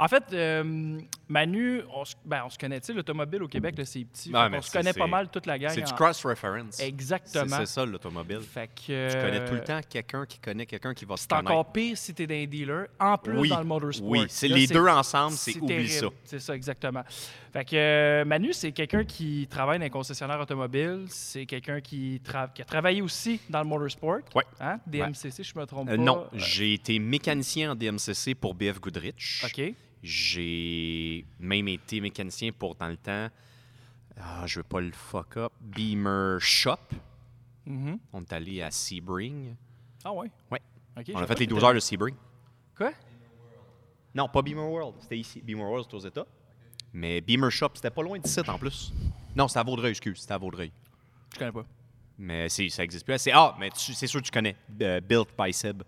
En fait, euh, Manu, on, se- ben, on se connaît, tu sais, l'automobile au Québec, là, c'est petit. Ouais, Fait mais qu'on se c'est- connaît pas c'est- mal toute la gang. C'est du en- cross-reference. C'est Exactement. c'est ça, l'automobile. Fait que, Tu connais tout euh, le temps quelqu'un qui connaît quelqu'un qui va se C'est connaître. encore pire si t'es d'un dealer, en plus Oui, dans le motorsport. oui. C'est Là, les deux ensemble, c'est oublie terrible. ça. C'est ça, exactement. Fait que euh, Manu, c'est quelqu'un qui travaille dans un concessionnaire automobile. C'est quelqu'un qui, tra- qui a travaillé aussi dans le motorsport. Ouais. Hein? DMCC, je me trompe pas. Euh, non, Euh, j'ai été mécanicien en DMCC pour BF Goodrich. OK. J'ai même été mécanicien pour, dans le temps, ah, je veux pas le fuck up, Beamer Shop. Mhm. On est allé à Sebring. Ah ouais. Ouais. OK. On je a fait sais les pas. 12 heures de Sebring. Quoi? Non, pas Beamer World. C'était ici. Beamer World, c'était aux États. Mais Beamer Shop, c'était pas loin d'ici en plus. Non, c'était à Vaudreuil, excuse. C'était à Vaudreuil. Je connais pas. Mais c'est- ça n'existe plus. C'est, ah, mais tu- c'est sûr que tu connais euh, Built by Seb,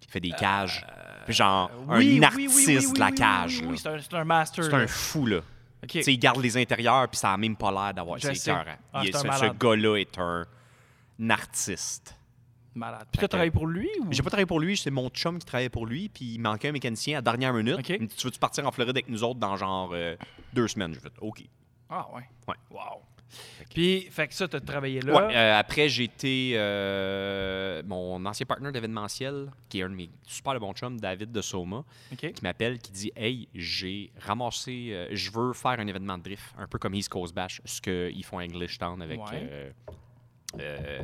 qui fait des cages. Puis genre, Euh, Oui, un oui, oui, artiste oui, oui, de la oui, cage. oui, là. oui, c'est un- c'est un master. C'est un là. fou, là. OK. Tu sais, il garde les intérieurs, puis ça a même pas l'air d'avoir. Je C'est sais. écœurant. Ah, Il c'est est- un ce- ce malade. gars-là est un, un artiste. Malade. Puis tu as travaillé pour lui ou J'ai pas travaillé pour lui, c'est mon chum qui travaillait pour lui, puis il manquait un mécanicien à la dernière minute. OK. Il me dit Tu veux-tu partir en Floride avec nous autres dans genre euh, deux semaines Je fais OK. Ah ouais. Ouais. Wow. Puis fait que ça tu as travaillé là. Ouais, euh, après, j'ai été. euh, mon ancien partenaire d'événementiel, qui est un de mes super bons chums, David de Soma, OK. qui m'appelle, qui dit Hey, j'ai ramassé, euh, je veux faire un événement de drift, un peu comme East Coast Bash, ce qu'ils font à English Town avec. Ouais. euh, euh,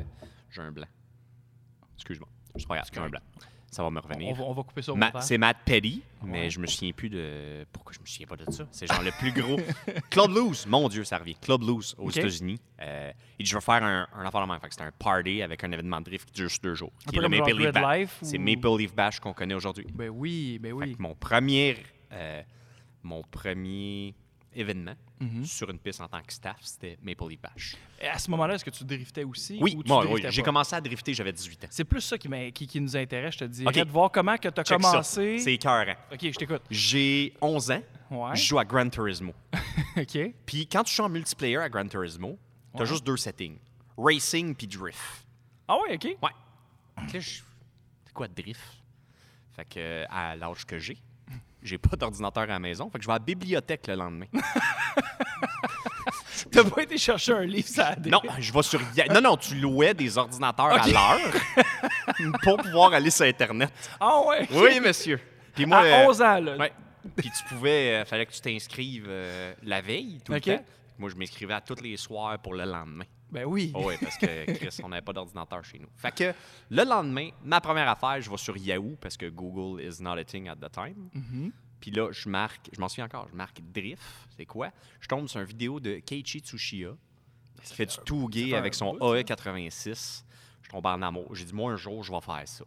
j'ai un blanc. Excuse-moi. C'est pas grave, j'ai un blanc. Ça va me revenir. On, va- on va couper ça au Ma- montage. c'est Matt Petty, Ouais. mais je me souviens plus de. Pourquoi je me souviens pas de ça? C'est genre le plus gros. Club Loose, mon Dieu, ça revient. Club Loose aux Ok. États-Unis. Euh, il dit Je vais faire un, un affaire de même. Fait que C'était un party avec un événement de drift qui dure sur deux jours. Un qui peu est le comme genre Maple Leaf Red Bash. Life C'est ou- Maple Leaf Bash qu'on connaît aujourd'hui. Ben oui, ben Fait oui. que Mon premier, euh, mon premier événement Mm-hmm. sur une piste en tant que staff, c'était Maple Leaf Bash. Et À ce moment-là, est-ce que tu driftais aussi Oui, ou tu moi, oui, driftais j'ai pas? commencé à drifter, j'avais 18 ans. C'est plus ça qui, m'a- qui, qui nous intéresse, je te dis. Ok. De voir comment que tu as Check ça. commencé. C'est écœurant. OK, je t'écoute. J'ai 11 ans, Ouais. je joue à Gran Turismo. OK. Puis quand tu joues en multiplayer à Gran Turismo, t'as juste deux settings. Racing puis drift. Ah ouais, OK. Ouais. Fait que là, je- C'est quoi drift? Fait que euh, à l'âge que j'ai, j'ai pas d'ordinateur à la maison. Fait que je vais à la bibliothèque le lendemain. T'as pas été chercher un livre, ça a dé- non, je vais sur... Ya- Non, non, tu louais des ordinateurs Ok. à l'heure pour pouvoir aller sur Internet. Ah ouais. ok. Oui, monsieur. Puis moi, à euh, 11 ans, là. Ouais. Puis tu pouvais, euh, fallait que tu t'inscrives euh, la veille tout Ok. le temps. Moi, je m'inscrivais à tous les soirs pour le lendemain. Ben oui. oui, Ah parce que Chris, on n'avait pas d'ordinateur chez nous. Fait que le lendemain, ma première affaire, je vais sur Yahoo parce que Google is not a thing at the time. Mhm. Puis là, je marque, je m'en souviens encore, je marque Drift, c'est quoi? Je tombe sur une vidéo de Keiichi Tsuchiya qui fait du tout gay fait un avec son bout, AE86. Je tombe en amour. J'ai dit, moi, un jour, je vais faire ça.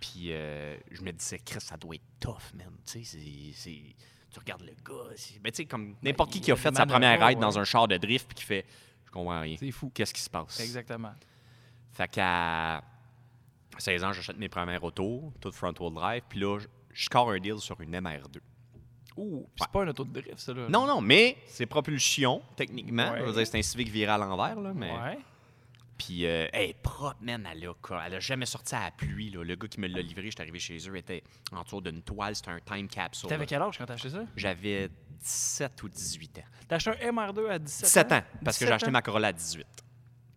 Puis euh, je me disais, Chris, ça doit être tough, man. Tu sais, c'est- c'est- Tu regardes le gars. c'est- Ben, tu sais, comme n'importe qui il qui a a fait des sa première manœuvres, ride dans ouais. un char de drift puis qui fait, je comprends rien. C'est fou. Qu'est-ce qui se passe? Exactement. Fait qu'à 16 ans, j'achète mes premières autos, toutes front-wheel drive, puis là, je- je score un deal sur une MR2. Ouh, c'est pas un auto de drift, ça, là. Non, non, mais c'est propulsion, techniquement. Ouais. Je veux dire, C'est un Civic viré à l'envers, là, mais... Ouais. Puis, euh, hey, propre, man, elle a, quoi- elle a jamais sorti à la pluie, là. Le gars qui me l'a livré, j'étais arrivé chez eux, était en dessous d'une toile, c'était un time capsule. T'avais là. quel âge quand t'as acheté ça? J'avais 17 ou 18 ans. T'as acheté un MR2 à 17 ans? 17 ans, parce que j'ai 17 acheté ans? ma Corolla à 18.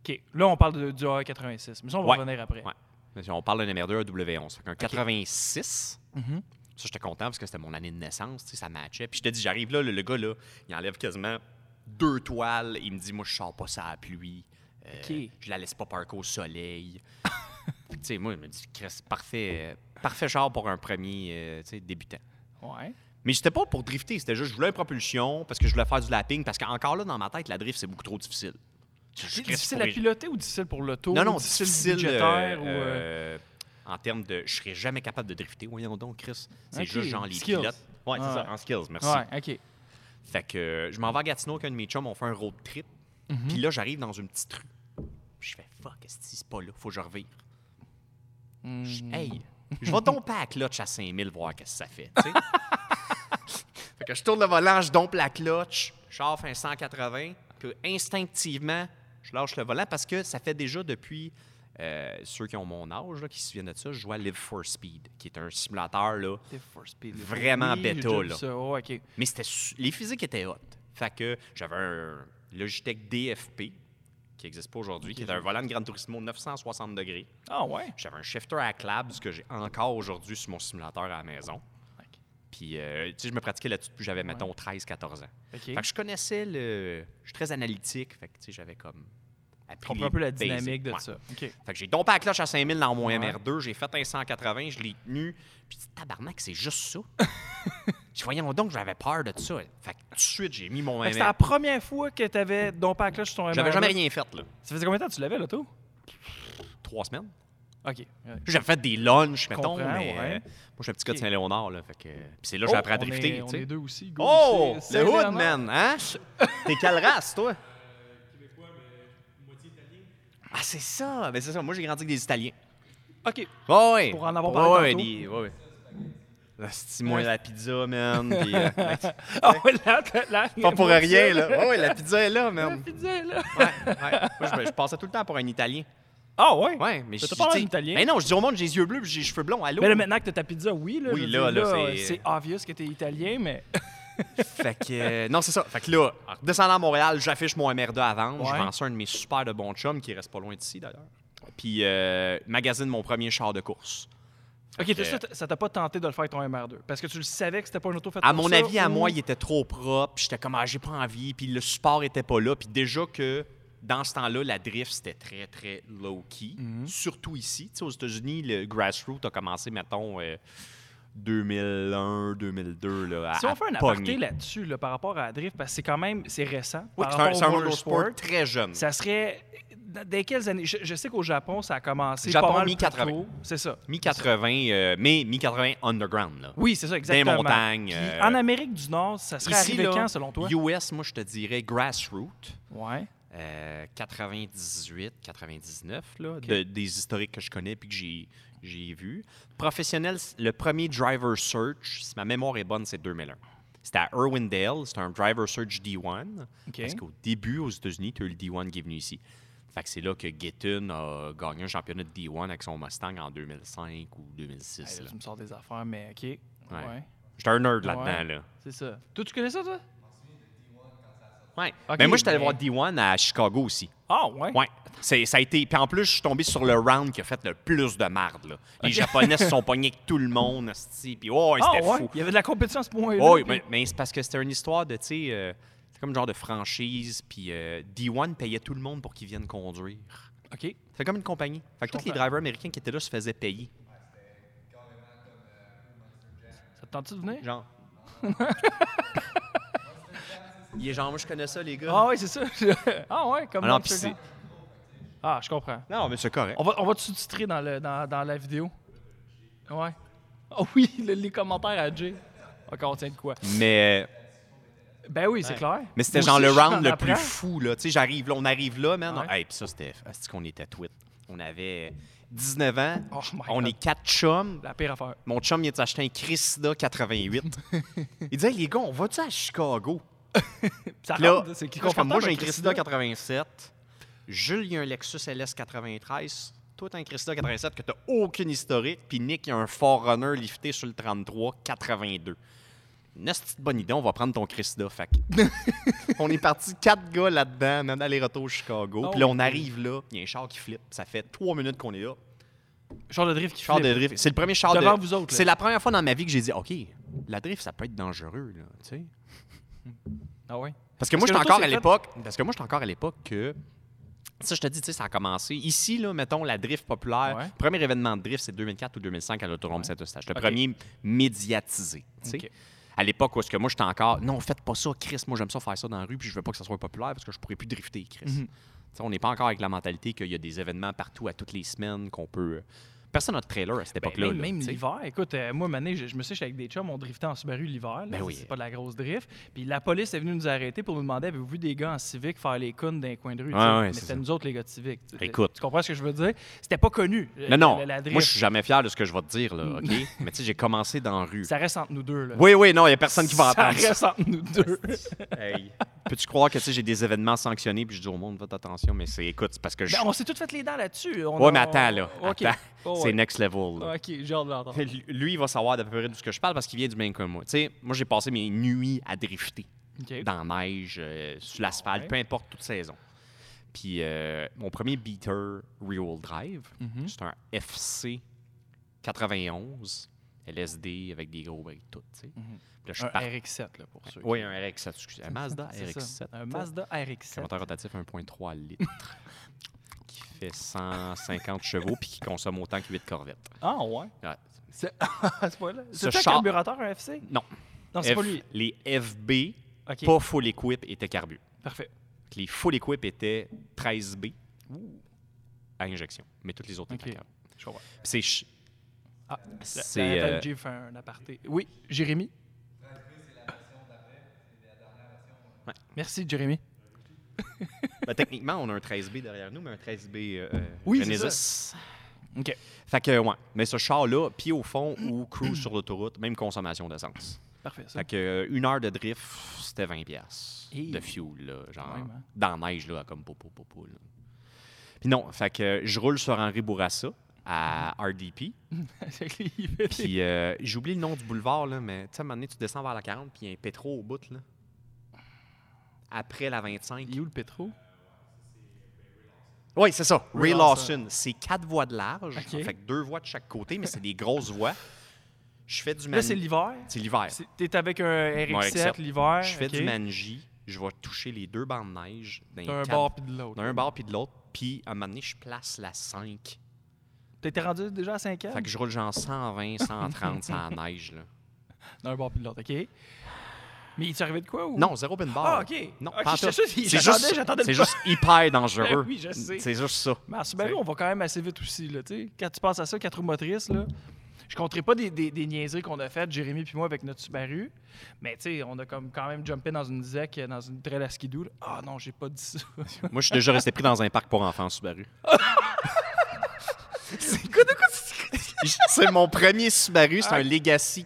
OK. Là, on parle de- du AR86, mais ça, on va Ouais. revenir après. Ouais. Mais si On parle d'un MR2 à W11. Fait qu'un 86. Mm-hmm. Ça, j'étais content parce que c'était mon année de naissance, tu sais, ça matchait. Puis je te dis, j'arrive là, le, le gars, là, il enlève quasiment deux toiles. Il me dit, moi, je sors pas ça à la pluie. Euh, Ok. Je la laisse pas parker au soleil. Puis, tu sais, moi, il me dit, Chris, parfait, euh, parfait char pour un premier euh, tu sais, débutant. Ouais. Mais c'était pas pour drifter, c'était juste, je voulais une propulsion parce que je voulais faire du lapping. Parce qu'encore là, dans ma tête, la drift, c'est beaucoup trop difficile. Je- je- C'est Chris, difficile pour- à piloter ou difficile pour l'auto? non, non, difficile, difficile. budgétaire euh, ou... euh, euh, en termes de. Je serais jamais capable de drifter. Voyons donc, Chris. C'est Ok, juste genre les skills. pilotes. Ouais, c'est Ouais. ça, en skills, merci. Ouais, OK. Fait que euh, je m'en vais à Gatineau avec un de mes chums, on fait un road trip. Puis là, j'arrive dans une petite rue. Je fais fuck, est-ce que c'est pas là? Faut que je revire. Je- Hey, je vais domper à la clutch à 5000 voir qu'est-ce que ça fait. tu sais. fait que je tourne le volant, je dompe la clutch, je chauffe un 180, puis instinctivement, je lâche le volant parce que ça fait déjà depuis euh, ceux qui ont mon âge, là, qui se souviennent de ça, je jouais à Live for Speed, qui est un simulateur, là. Vraiment oui, bêta, j'ai vu là. ça. Oh, OK. Mais c'était su- les physiques étaient hautes. Fait que j'avais un Logitech DFP, qui n'existe pas aujourd'hui, qui est un volant de Gran Turismo 960 degrés. Ah, ouais. J'avais un shifter à clabs que j'ai encore aujourd'hui sur mon simulateur à la maison. OK. Puis, euh, tu sais, je me pratiquais là-dessus depuis que j'avais, mettons, 13-14 ans. Ok. Fait que je connaissais le. Je suis très analytique. Fait que, tu sais, j'avais comme. Je appris comprends les un peu la basics. dynamique de Ouais. ça. OK. Fait que j'ai dompé la cloche à 5000 dans mon Ouais. MR2, j'ai fait un 180, je l'ai tenu. Puis je dis, tabarnak, c'est juste ça. je voyons donc, j'avais peur de ça. Fait que tout de suite, j'ai mis mon Fait que C'était la MR. première fois que tu avais Don Pac là sur ton J'avais MR2. jamais rien fait, là. Ça faisait combien de temps que tu l'avais, l'auto? Trois semaines. OK. ouais. J'avais fait des lunchs, mettons, comprends, mais. ouais. euh, moi, je suis un petit gars de Ok. Saint-Léonard, là. Fait que. Puis c'est là que Oh, j'ai appris à on est- drifter, On tu est, sais. deux aussi. go, Oh! c'est- Le c'est hood, Léonard. man! Hein? T'es quelle race, toi? Ah, c'est ça! Ben, c'est ça. Moi, j'ai grandi avec des Italiens. OK. Ouais, ouais. Pour en avoir Ouais, parlé ouais, tantôt. des- ouais, ouais. Ah, c'est-tu, moi, la pizza, man. puis, euh, Ah, ouais, là, t'as- là, pas pour rien, là. Ouais, ouais, la pizza est là, man. Pizza, là. Ouais, ouais. Moi, je, me- je passais tout le temps pour un Italien. Ah, ouais. Ouais, mais je t'as pas l'air tu sais, d'un Italien. Ben non, je dis au monde, j'ai les yeux bleus puis j'ai les cheveux blonds. Allô? Mais là, maintenant que t'as ta pizza, oui. Là, Oui, je veux là, dire, là, c'est- C'est obvious que t'es italien, mais. Fait que, euh, non, c'est ça. Fait que là, en redescendant à Montréal, j'affiche mon MR2 à vendre. Ouais. Je vends ça à un de mes super de bons chums qui reste pas loin d'ici, d'ailleurs. Puis, euh, magasine mon premier char de course. OK, tout que- ça, t- ça t'a pas tenté de le faire ton MR2 parce que tu le savais que c'était pas une auto faite À pour mon ça, avis, à ou- moi, il était trop propre. J'étais comme, ah, j'ai pas envie. Puis le support était pas là. Puis déjà que dans ce temps-là, la drift, c'était très, très low-key. Mhm. Surtout ici. Tu sais, aux États-Unis, le grassroots a commencé, mettons, euh, 2001, 2002. Là, à, Si on fait un à aparté pogner. là-dessus là, par rapport à la drift, parce que c'est quand même c'est récent. Oui, par c'est un, rapport c'est un au motorsport très jeune. Ça serait. Dans dans quelles années Je, je sais qu'au Japon, ça a commencé. Japon, pas mal plus mi-80. tôt. C'est ça. Mi-80, euh, mais mi-80 underground. Là. Oui, c'est ça, exactement. montagnes, Puis, euh, En Amérique du Nord, ça serait arrivé là, quand, selon toi US, moi, je te dirais grassroots. Ouais. Euh, 98, 99, là, de- des historiques que je connais puis que j'ai, j'ai vus. Professionnel, c- le premier driver search, si ma mémoire est bonne, c'est 2001. C'était à Irwindale, c'était un driver search D1. OK. Parce qu'au début, aux États-Unis, tu as eu le D1 qui est venu ici. Fait que c'est là que Gittin a gagné un championnat de D1 avec son Mustang en 2005 ou 2006. Hey, là, là. tu me sors des affaires, mais OK. Ouais. Ouais. J'étais un nerd Ah Ouais. là-dedans. Là. C'est ça. Toi, tu connais ça, toi Ouais. Ok, mais moi, j'étais allé mais- voir D1 à Chicago aussi. Ah, ouais. Ouais. C'est, ça a été. Puis en plus, je suis tombé sur le round qui a fait le plus de marde. Là. Les Japonais se sont pognés avec tout le monde. hostie, Puis oh, Ah, c'était ouais. fou. Il y avait de la compétition à ce point-là. Oh, puis- mais, mais c'est parce que c'était une histoire de, tu sais, euh, c'est comme un genre de franchise. Puis euh, D1 payait tout le monde pour qu'ils viennent conduire. OK. C'est comme une compagnie. Fait que tous les comprends. drivers américains qui étaient là se faisaient payer. Ça te tente-tu de venir Genre. Il est genre, moi, je connais ça, les gars. Ah, ouais, c'est ça. ah, ouais, comme Ah non, dans puis le c'est- Ah, je comprends. non, mais c'est correct. On va, on va te sous-titrer dans, le- dans, dans la vidéo. Ouais. Oh oui, le- les commentaires à Jay. OK, on tient de quoi? Mais. Ben oui, c'est clair. Mais c'était Moi genre aussi, le je round t'en le plus apprends. fou, là. Tu sais, j'arrive là, on arrive là, man. Ouais. Hey, puis ça, c'était. C'est qu'on était tweet. On avait 19 ans. Oh my on God. est quatre chums. La pire affaire. Mon chum, il a acheté un Chrysler 88. il dit, hey, les gars, on va-tu à Chicago? Ça Puis là, rentre, c'est qui comme moi, j'ai un Christina Chrysler 87. Jules, il a un Lexus LS 93. Toi, t'as un Chrysler 87 que t'as aucune historique. Puis Nick, il a un Forerunner lifté sur le 33 82. Une petite bonne idée, on va prendre ton Chrysler. Fait que- on est parti quatre gars là-dedans, même aller-retour Chicago. Oh, Puis là, on ok. arrive là, il y a un char qui flippe. Ça fait trois minutes qu'on est là. Genre de drift qui Char flippe. de drift. C'est le premier char Devant de vous autres, là. C'est la première fois dans ma vie que j'ai dit, OK, la drift, ça peut être dangereux, là, tu sais. Ah ouais. Parce que moi, Parce que l'auto, j'étais encore à c'est fait- l'époque. Parce que moi, j'étais encore à l'époque que. Ça, je te dis, tu sais, ça a commencé. Ici, là, mettons, la drift populaire. Ouais. Premier événement de drift, c'est 2004 ou 2005 à l'Autodrome Saint-Eustache. Le OK. premier médiatisé. tu sais. OK. À l'époque où est-ce que moi, j'étais encore. Non, faites pas ça, Chris. Moi, j'aime ça faire ça dans la rue, puis je veux pas que ça soit populaire parce que je pourrais plus Mhm. drifter, Chris. Tu sais, On n'est pas encore avec la mentalité qu'il y a des événements partout à toutes les semaines qu'on peut. euh, Personne n'a de trailer à cette Ben, époque-là. même là, même tu sais. l'hiver. Écoute, euh, moi, mané, je, je me suis j'étais avec des chums, on driftait en Subaru l'hiver. là. Ben C'est- oui. C'est pas de la grosse drift. Puis la police est venue nous arrêter pour nous demander avez-vous vu des gars en civique faire les counes d'un coin de rue tu Ouais, sais? ouais, Mais c'est c'était ça. nous autres, les gars de civique. tu sais. Écoute. Tu comprends ce que je veux dire C'était pas connu. euh, Non, non. la- la drift. Mhm. Moi, je suis jamais fier de ce que je vais te dire, là, OK? Mais tu sais, j'ai commencé dans la rue. Ça reste entre nous deux. Là. Oui, oui, non, il n'y a personne qui va ça entendre ça. reste entre nous deux. Hey. Peux-tu croire que tu sais, j'ai des événements sanctionnés puis je dis au monde, faites attention, mais c'est, écoute, c'est parce que je. Ben, on s'est toutes fait les dents là-dessus. On ouais, a- mais attends, là. OK. Attends. Oh, C'est ouais. next level, là. OK, j'ai hâte de l'entendre. Lui- Lui, il va savoir d'à peu près de ce que je parle parce qu'il vient du même que moi. Tu sais, moi, j'ai passé mes nuits à drifter OK. dans la neige, euh, sur l'asphalte, Ouais. peu importe toute saison. Puis euh, mon premier beater real drive, Mhm. c'est un FC 91 LSD avec des gros breaks tout, tu sais. Puis là, je Mhm. Un suis parti- RX-7, là, pour ceux qui- Oui, un RX-7, excusez. Un Mazda C'est ça, RX-7. Un Mazda C'est un RX-7. moteur rotatif 1.3 litres qui fait 150 chevaux puis qui consomme autant que 8 Corvettes. Ah, ouais. Ouais. C'est à ce point-là. Ce C'est un char- carburateur, un FC? Non, Non, c'est F- pas lui. les FB, OK. pas full equip, étaient carbu. Parfait. Les full equip étaient 13B à injection, mais toutes les autres étaient OK. carbu. Je comprends. C'est ch- Ah, C'est, c'est. euh, J'ai fait un aparté. Oui, Jérémy. Ouais. Merci, Jérémy. Ben, techniquement, on a un 13B derrière nous, mais un 13B euh, Oui, c'est Genesis. OK. Fait que, ouais. Mais ce char-là, pied au fond ou cruise sur l'autoroute, même consommation d'essence. Parfait, ça. Fait que euh, une heure de drift, c'était 20 pièces Hey. de fuel là, genre Quand même, hein. dans la neige là comme popo popo là. Puis non, fait que euh, je roule sur Henri Bourassa à Mm-hmm. RDP, C'est que lui, il fait des- puis euh, j'oublie le nom du boulevard là, mais tu sais à un moment donné tu descends vers la 40 puis il y a un pétro au bout là. Après la 25. Il est où le pétro? Oui, c'est ça. Ray, Ray Lawson. Lawson. C'est quatre voies de large. Ok. Fait que deux voies de chaque côté, mais c'est des grosses voies. Je fais du Là, manu. c'est l'hiver. C'est l'hiver. C'est- T'es avec un RX-7 RX-7. l'hiver. Je fais OK. du manji. Je vais toucher les deux bandes de neige. d'un D'un bord puis de l'autre. d'un bar puis de l'autre, puis à un moment donné, je place la 5. T'étais rendu déjà à 5 ans? Fait que je roule genre 120, 130 sans neige, là. D'un bord puis de l'autre, OK. Mais il t'est arrivé de quoi? Ou... Non, zéro pin bar. Ah, OK. Non, OK, pas en j'étais tout. sûr, C'est j'attendais- juste, j'attendais le c'est pas. juste hyper dangereux. Ben oui, je sais. C'est juste ça. Mais en Subaru, C'est- Ben, on va quand même assez vite aussi. Là, tu sais. quand tu penses à ça, quatre roues motrices, là, je compterai pas des, des, des niaiseries qu'on a faites, Jérémy puis moi, avec notre Subaru. Mais tu sais, on a comme quand même jumpé dans une zec, euh, dans une trail à skidoo. là. Ah non, j'ai pas dit ça. Moi, je suis déjà resté pris dans un parc pour enfants Subaru. c'est mon premier Subaru, c'est un Ah. Legacy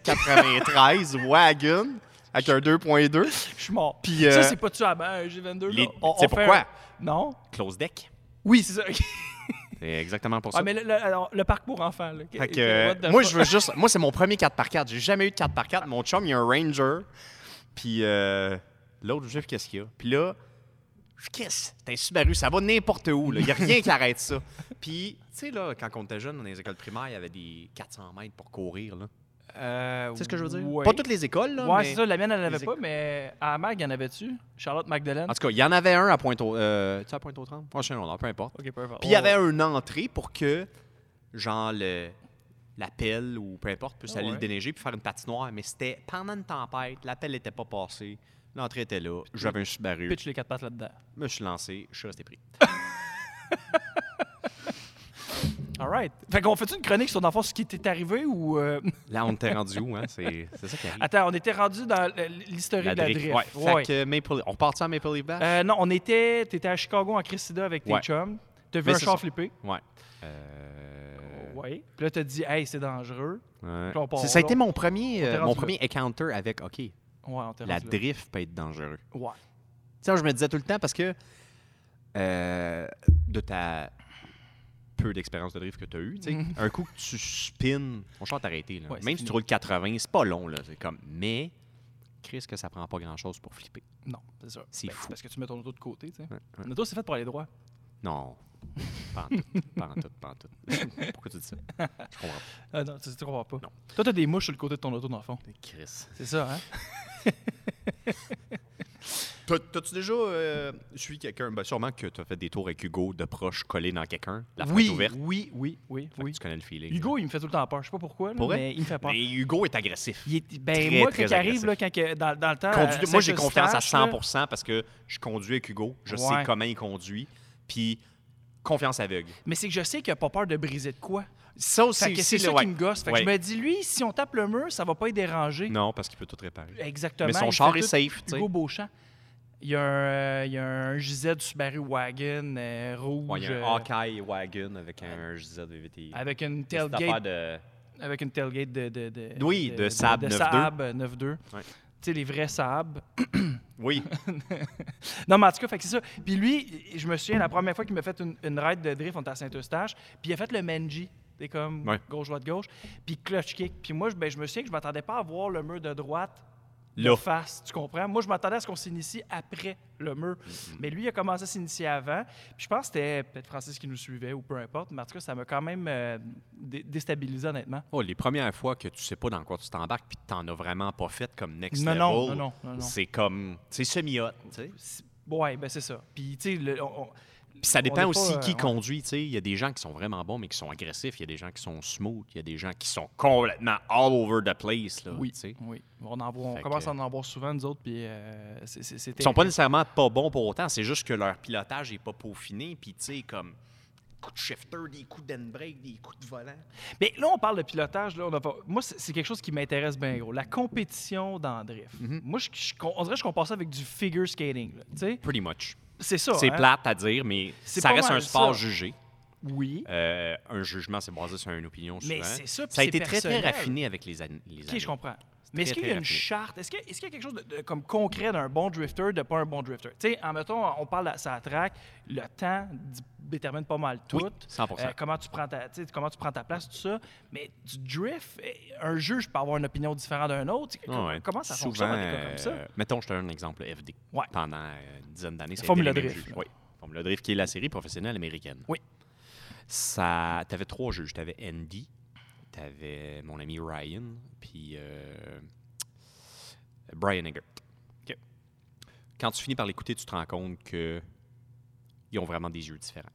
93 Wagon avec un 2.2. Je suis mort. Puis, Ça, euh, c'est pas tu à un G22. les- là. On- tu sais on fait pourquoi? un- Non? Close deck. Oui, c'est ça. ok. C'est exactement pour ça. Ah, mais le, le- alors, le parc pour enfants. Là. Fait que, What euh, the moi, fuck? je veux juste. Moi, c'est mon premier 4x4. J'ai jamais eu de 4x4. Mon chum, il y a un Ranger. Puis euh, l'autre, je sais plus qu'est-ce qu'il y a. Puis là, je qu'est-ce? T'es un Subaru, ça va n'importe où. là. Il n'y a rien qui arrête ça. Puis, tu sais, là, quand on était jeune, dans les écoles primaires, il y avait des 400 mètres pour courir. Là. Euh, Tu sais ce que je veux dire? ouais. Pas toutes les écoles, là. Ouais, mais- c'est ça. La mienne, elle l'avait les Ah, pas, mais à Mag, y en avait-tu? Charlotte Magdalene? En tout cas, il y en avait un à pointe au. euh, tu sais, à pointe aux trembles Je sais, non, peu importe. Ok, peu importe. Oh, Puis il y Ouais, avait une entrée pour que, genre, le, la pelle ou peu importe, puisse Ah aller ouais. le déneiger puis faire une patinoire. Mais c'était pendant une tempête, la pelle n'était pas passée, l'entrée était là, j'avais un Subaru, Pitch les quatre pattes là-dedans. je me suis lancé, je suis resté pris. All right. Fait qu'on fait une chronique sur, dans le fond, ce qui t'est arrivé ou... euh, Là, on était rendu où, hein? C'est c'est ça qui arrive. Attends, on était rendu dans l- l'historique de la drift. drift. Ouais. Ouais. Fait que Maple On part-tu à Maple Leaf Bash? Euh, non, on était... T'étais à Chicago en Cressida avec tes Ouais. chums. T'as vu Mais un c'est char ça. flipper. Ouais. Euh, Oui. Puis là, t'as dit « Hey, c'est dangereux ouais. Puis on part C'est- Ça a là. été mon premier, On est euh, rendu mon là. premier encounter avec, OK, ». Ouais, on t'est la rendu là. drift peut être dangereux. Ouais. Tu sais, je me disais tout le temps parce que euh, de ta peu d'expérience de drift que tu as eu, tu sais, un coup que tu spins, on chante arrêté. là. Mhm. Ouais, c'est Même si fini. tu roules 80, c'est pas long. là. C'est comme, mais, Chris, que ça prend pas grand-chose pour flipper. Non, c'est ça. C'est Ben, fou. parce que tu mets ton auto de côté, tu sais. Ouais, ouais. L'auto, c'est fait pour aller droit. Non. Pas en tout. Pas en tout. Pas en tout. Pourquoi tu dis ça? Je comprends pas. Ah non, tu tu comprends pas. Non. Toi, t'as des mouches sur le côté de ton auto, dans le fond. Chris. C'est ça, hein? T'as-tu déjà euh, suivi quelqu'un? Ben, sûrement que tu as fait des tours avec Hugo de proche collé dans quelqu'un, la fenêtre oui, ouverte. oui, oui, oui, Fait que oui. Tu connais le feeling. Hugo, il me fait tout le temps peur. Je sais pas pourquoi, là, Pour vrai? mais il me fait peur. Mais Hugo est agressif. Il est- ben, Très, moi, très quand il arrive, agressif. là, quand que- dans, dans le temps. Conduis- à moi, j'ai confiance à Saint-Eustache, là, 100 parce que je conduis avec Hugo. Je Ouais. sais comment il conduit. Puis, confiance aveugle. Mais c'est que je sais qu'il n'a pas peur de briser de quoi. Ça Fait aussi, que aussi, c'est là, ça ouais. qui me gosse. Fait que Ouais. je me dis, lui, si on tape le mur, ça va pas y déranger. Non, parce qu'il peut tout réparer. Exactement. Mais son il char fait est tout safe, tu sais. Hugo Beauchamp. Il y a un, euh, il y a un JZ Subaru Wagon euh, rouge Ouais, il y a un euh, Hawkeye wagon avec un JZ VVT. avec une Cette affaire tailgate, de- avec une tailgate de, de, de Oui, de Saab 9.2. Saab, euh, 9.2. Ouais. Tu sais, les vrais Saab. Oui, Non, mais en tout cas, fait que c'est ça. Puis lui, je me souviens, la première fois qu'il m'a fait une, une ride de drift, on était à Saint-Eustache, puis il a fait le Menji. T'es comme Ouais. gauche, droite, gauche. Puis clutch kick. Puis moi, je- ben, je me souviens que je m'attendais pas à voir le mur de droite de Là. face. Tu comprends? Moi, je m'attendais à ce qu'on s'initie après le mur. Mm-hmm. Mais lui, il a commencé à s'initier avant. Puis je pense que c'était peut-être Francis qui nous suivait ou peu importe. Mais en tout cas, ça m'a quand même euh, dé- déstabilisé, honnêtement. Oh, les premières fois que tu sais pas dans quoi tu t'embarques puis que t'en as vraiment pas fait comme next Non, level, non, non, non, non, non. c'est comme, c'est semi-hot, tu sais. C'est- Ouais, ben c'est ça. Puis, tu sais, le- on- on- Puis ça dépend est pas, aussi euh, qui ouais. conduit, tu sais. Il y a des gens qui sont vraiment bons mais qui sont agressifs, il y a des gens qui sont smooth, il y a des gens qui sont complètement all over the place, là, Oui, tu sais. oui. On, en voit- on Fait commence que- à en avoir souvent, nous autres, puis euh, c'est- c'est- c'était... Ils sont pas nécessairement pas bons pour autant, c'est juste que leur pilotage est pas peaufiné, puis tu sais, comme coups de shifter, des coups d'handbrake, des coups de volant. Mais là, on parle de pilotage. Là, on a pas- Moi, c'est c'est quelque chose qui m'intéresse bien gros. La compétition dans le drift. Mm-hmm. Moi, je, je- on dirait que je compare ça avec du figure skating. là, Tu sais, Pretty much. c'est ça. C'est hein? plate à dire, mais C'est ça pas reste mal un sport ça. jugé. Oui. Euh, un jugement, c'est basé sur une opinion souvent. Mais c'est ça, puis Ça a c'est été très, très personnel. raffiné avec les, an- les OK, années. je comprends. Mais est-ce très, qu'il y a très une raffiné. charte? Est-ce que- est-ce qu'il y a quelque chose de, de- comme concret d'un bon drifter, de pas un bon drifter? Tu sais, en mettons, on parle à sa track, le temps dit- détermine pas mal tout. Euh, Oui, 100%. comment, tu prends ta, tu sais, comment tu prends ta place, tout ça. Mais du drift, eh, un juge peut avoir une opinion différente d'un autre. Tu sais, Ah com- ouais. Comment ça Souvent, fonctionne dans des cas comme ça? euh, mettons, je te donne un exemple, le FD. Ouais. Pendant euh, une dizaine d'années, ça a Formula été les mêmes Drift, juges. là. Oui. Formula Drift, qui est la série professionnelle américaine. Oui. Ça, t'avais trois juges. T'avais Andy, t'avais mon ami Ryan, puis euh, Brian Eggert. OK. Quand tu finis par l'écouter, tu te rends compte que ils ont vraiment des yeux différents.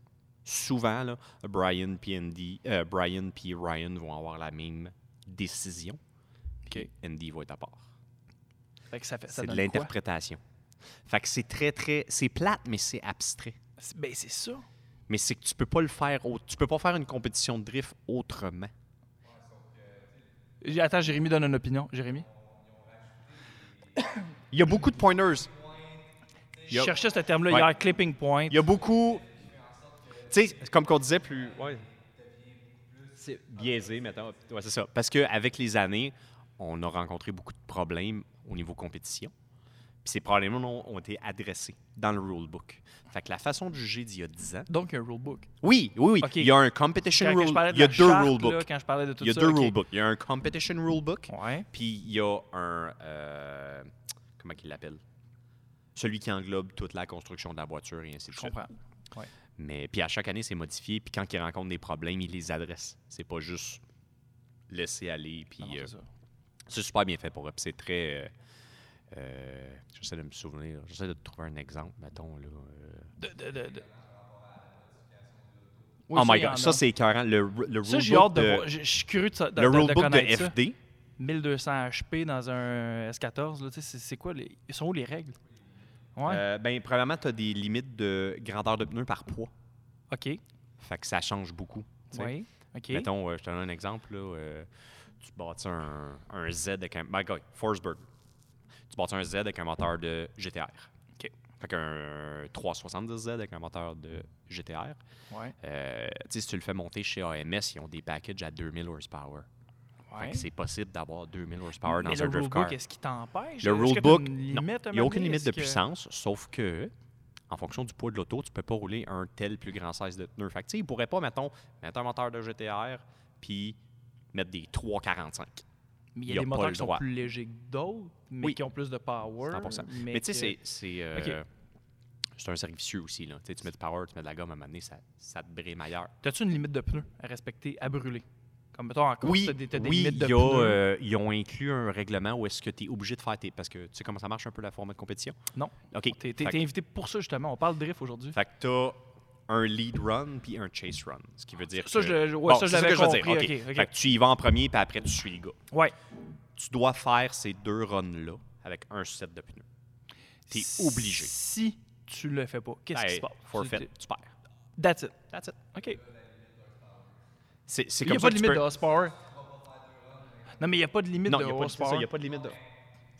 Souvent, là, Brian puis Andy, euh, Brian puis Ryan vont avoir la même décision. puis Andy va être à part. Fait que ça fait ça C'est de donne quoi? l'interprétation. Fait que c'est très, très. C'est plate, mais c'est abstrait. C'est- Ben, c'est ça. Mais c'est que tu peux pas le faire. au- Tu peux pas faire une compétition de drift autrement. J- Attends, Jérémy donne une opinion. Jérémy? Il y a beaucoup de pointers. Je Yep. cherchais ce terme-là Ouais. hier, clipping point. Il y a beaucoup. Tu sais, comme qu'on disait plus. Ouais. C'est biaisé, mettons. Ouais, c'est ça. Parce qu'avec les années, on a rencontré beaucoup de problèmes au niveau compétition. Puis ces problèmes ont, ont été adressés dans le rulebook. Fait que la façon de juger d'il y a 10 ans. Donc, il y a un rulebook. Oui, oui, oui. OK. Il y a un competition Quand- quand rule. je parlais de Il y a la deux charte, rulebooks. là, Quand je parlais de tout Il y a ça, deux OK. rulebooks. Il y a un competition rulebook, Ouais. puis il y a un. euh, comment qu'il l'appelle Celui qui englobe toute la construction de la voiture et ainsi de Je suite. comprends. Ouais. Mais puis à chaque année, c'est modifié, puis quand il rencontre des problèmes, il les adresse. C'est pas juste laisser aller, puis Non, non, euh, c'est ça. c'est super bien fait pour eux. puis c'est très. euh, euh, j'essaie de me souvenir, j'essaie de trouver un exemple, mettons. Là, euh. De- de- de- de- Oui, Oh my il y en god, ça a. c'est écœurant. Le, ru- le Ça, j'ai rulebook hâte de, de- voir. Je je suis curieux de, ça- de, le de- de rulebook de, connaître ça. FD. 1200 HP dans un S14, là, tu sais, c'est c'est quoi? Les... Ils sont où les règles? Ouais, Euh, ben, premièrement, tu as des limites de grandeur de pneus par poids. OK. Fait que ça change beaucoup. tu sais. Oui, OK. Mettons, euh, je te donne un exemple. là, euh, tu bâtis un, un Z avec un. Ben, gars, Forsberg. Tu bâtis un Z avec un moteur de GTR. OK. Fait qu'un 370Z avec un moteur de GTR. Ouais, Euh, tu sais, si tu le fais monter chez AMS, ils ont des packages à 2000 horsepower. Fait ouais. que c'est possible d'avoir 2000 horsepower Mais le dans un drift car. rulebook, est-ce qu'il t'empêche? Le Est-ce que t'as rulebook, une non, limite à un il n'y a moment aucune donné? limite Est-ce de que- puissance, sauf que, en fonction du poids de l'auto, tu ne peux pas rouler un tel plus grand size de pneu. Fait que, tu sais, il ne pourrait pas, mettons, mettre un moteur de GTR puis mettre des 345. Mais il Il y y a des a pas moteurs le qui sont droit. plus légers que d'autres, mais Oui. qui ont plus de power. 100%. Mais, tu sais, que- c'est- c'est euh, Ok. c'est un servicieux aussi. Là. Tu sais, tu mets du power, tu mets de la gomme, à un moment donné, ça, ça te brime ailleurs. T'as-tu une limite de pneus à respecter, à brûler? Comme mettons en course, Oui, t'as des, t'as des oui limites de il y a, pneus. euh, ils ont inclus un règlement où est-ce que tu es obligé de faire tes... Parce que tu sais comment ça marche un peu la format de compétition? Non. OK. T'es, Fait t'es- que- t'es invité pour ça, justement. On parle de drift aujourd'hui. Fait que t'as un lead run puis un chase run, ce qui veut dire Ça, que... je le- ouais, ça, je c'est l'avais que veux dire, compris, OK. ok, ok. Fait que tu y vas en premier puis après tu suis les gars. Ouais. Tu dois faire ces deux runs-là avec un set de pneus. T'es obligé. Si tu le fais pas, qu'est-ce qui Hey, se passe? Forfait, Tu- tu perds. That's it. That's it. OK. C'est c'est Il n'y comme a pas ça que de tu limite peux... de horsepower. Non, mais il n'y a pas de limite Non, de il n'y a, pas de- c'est horsepower. ça, il y a pas de limite de...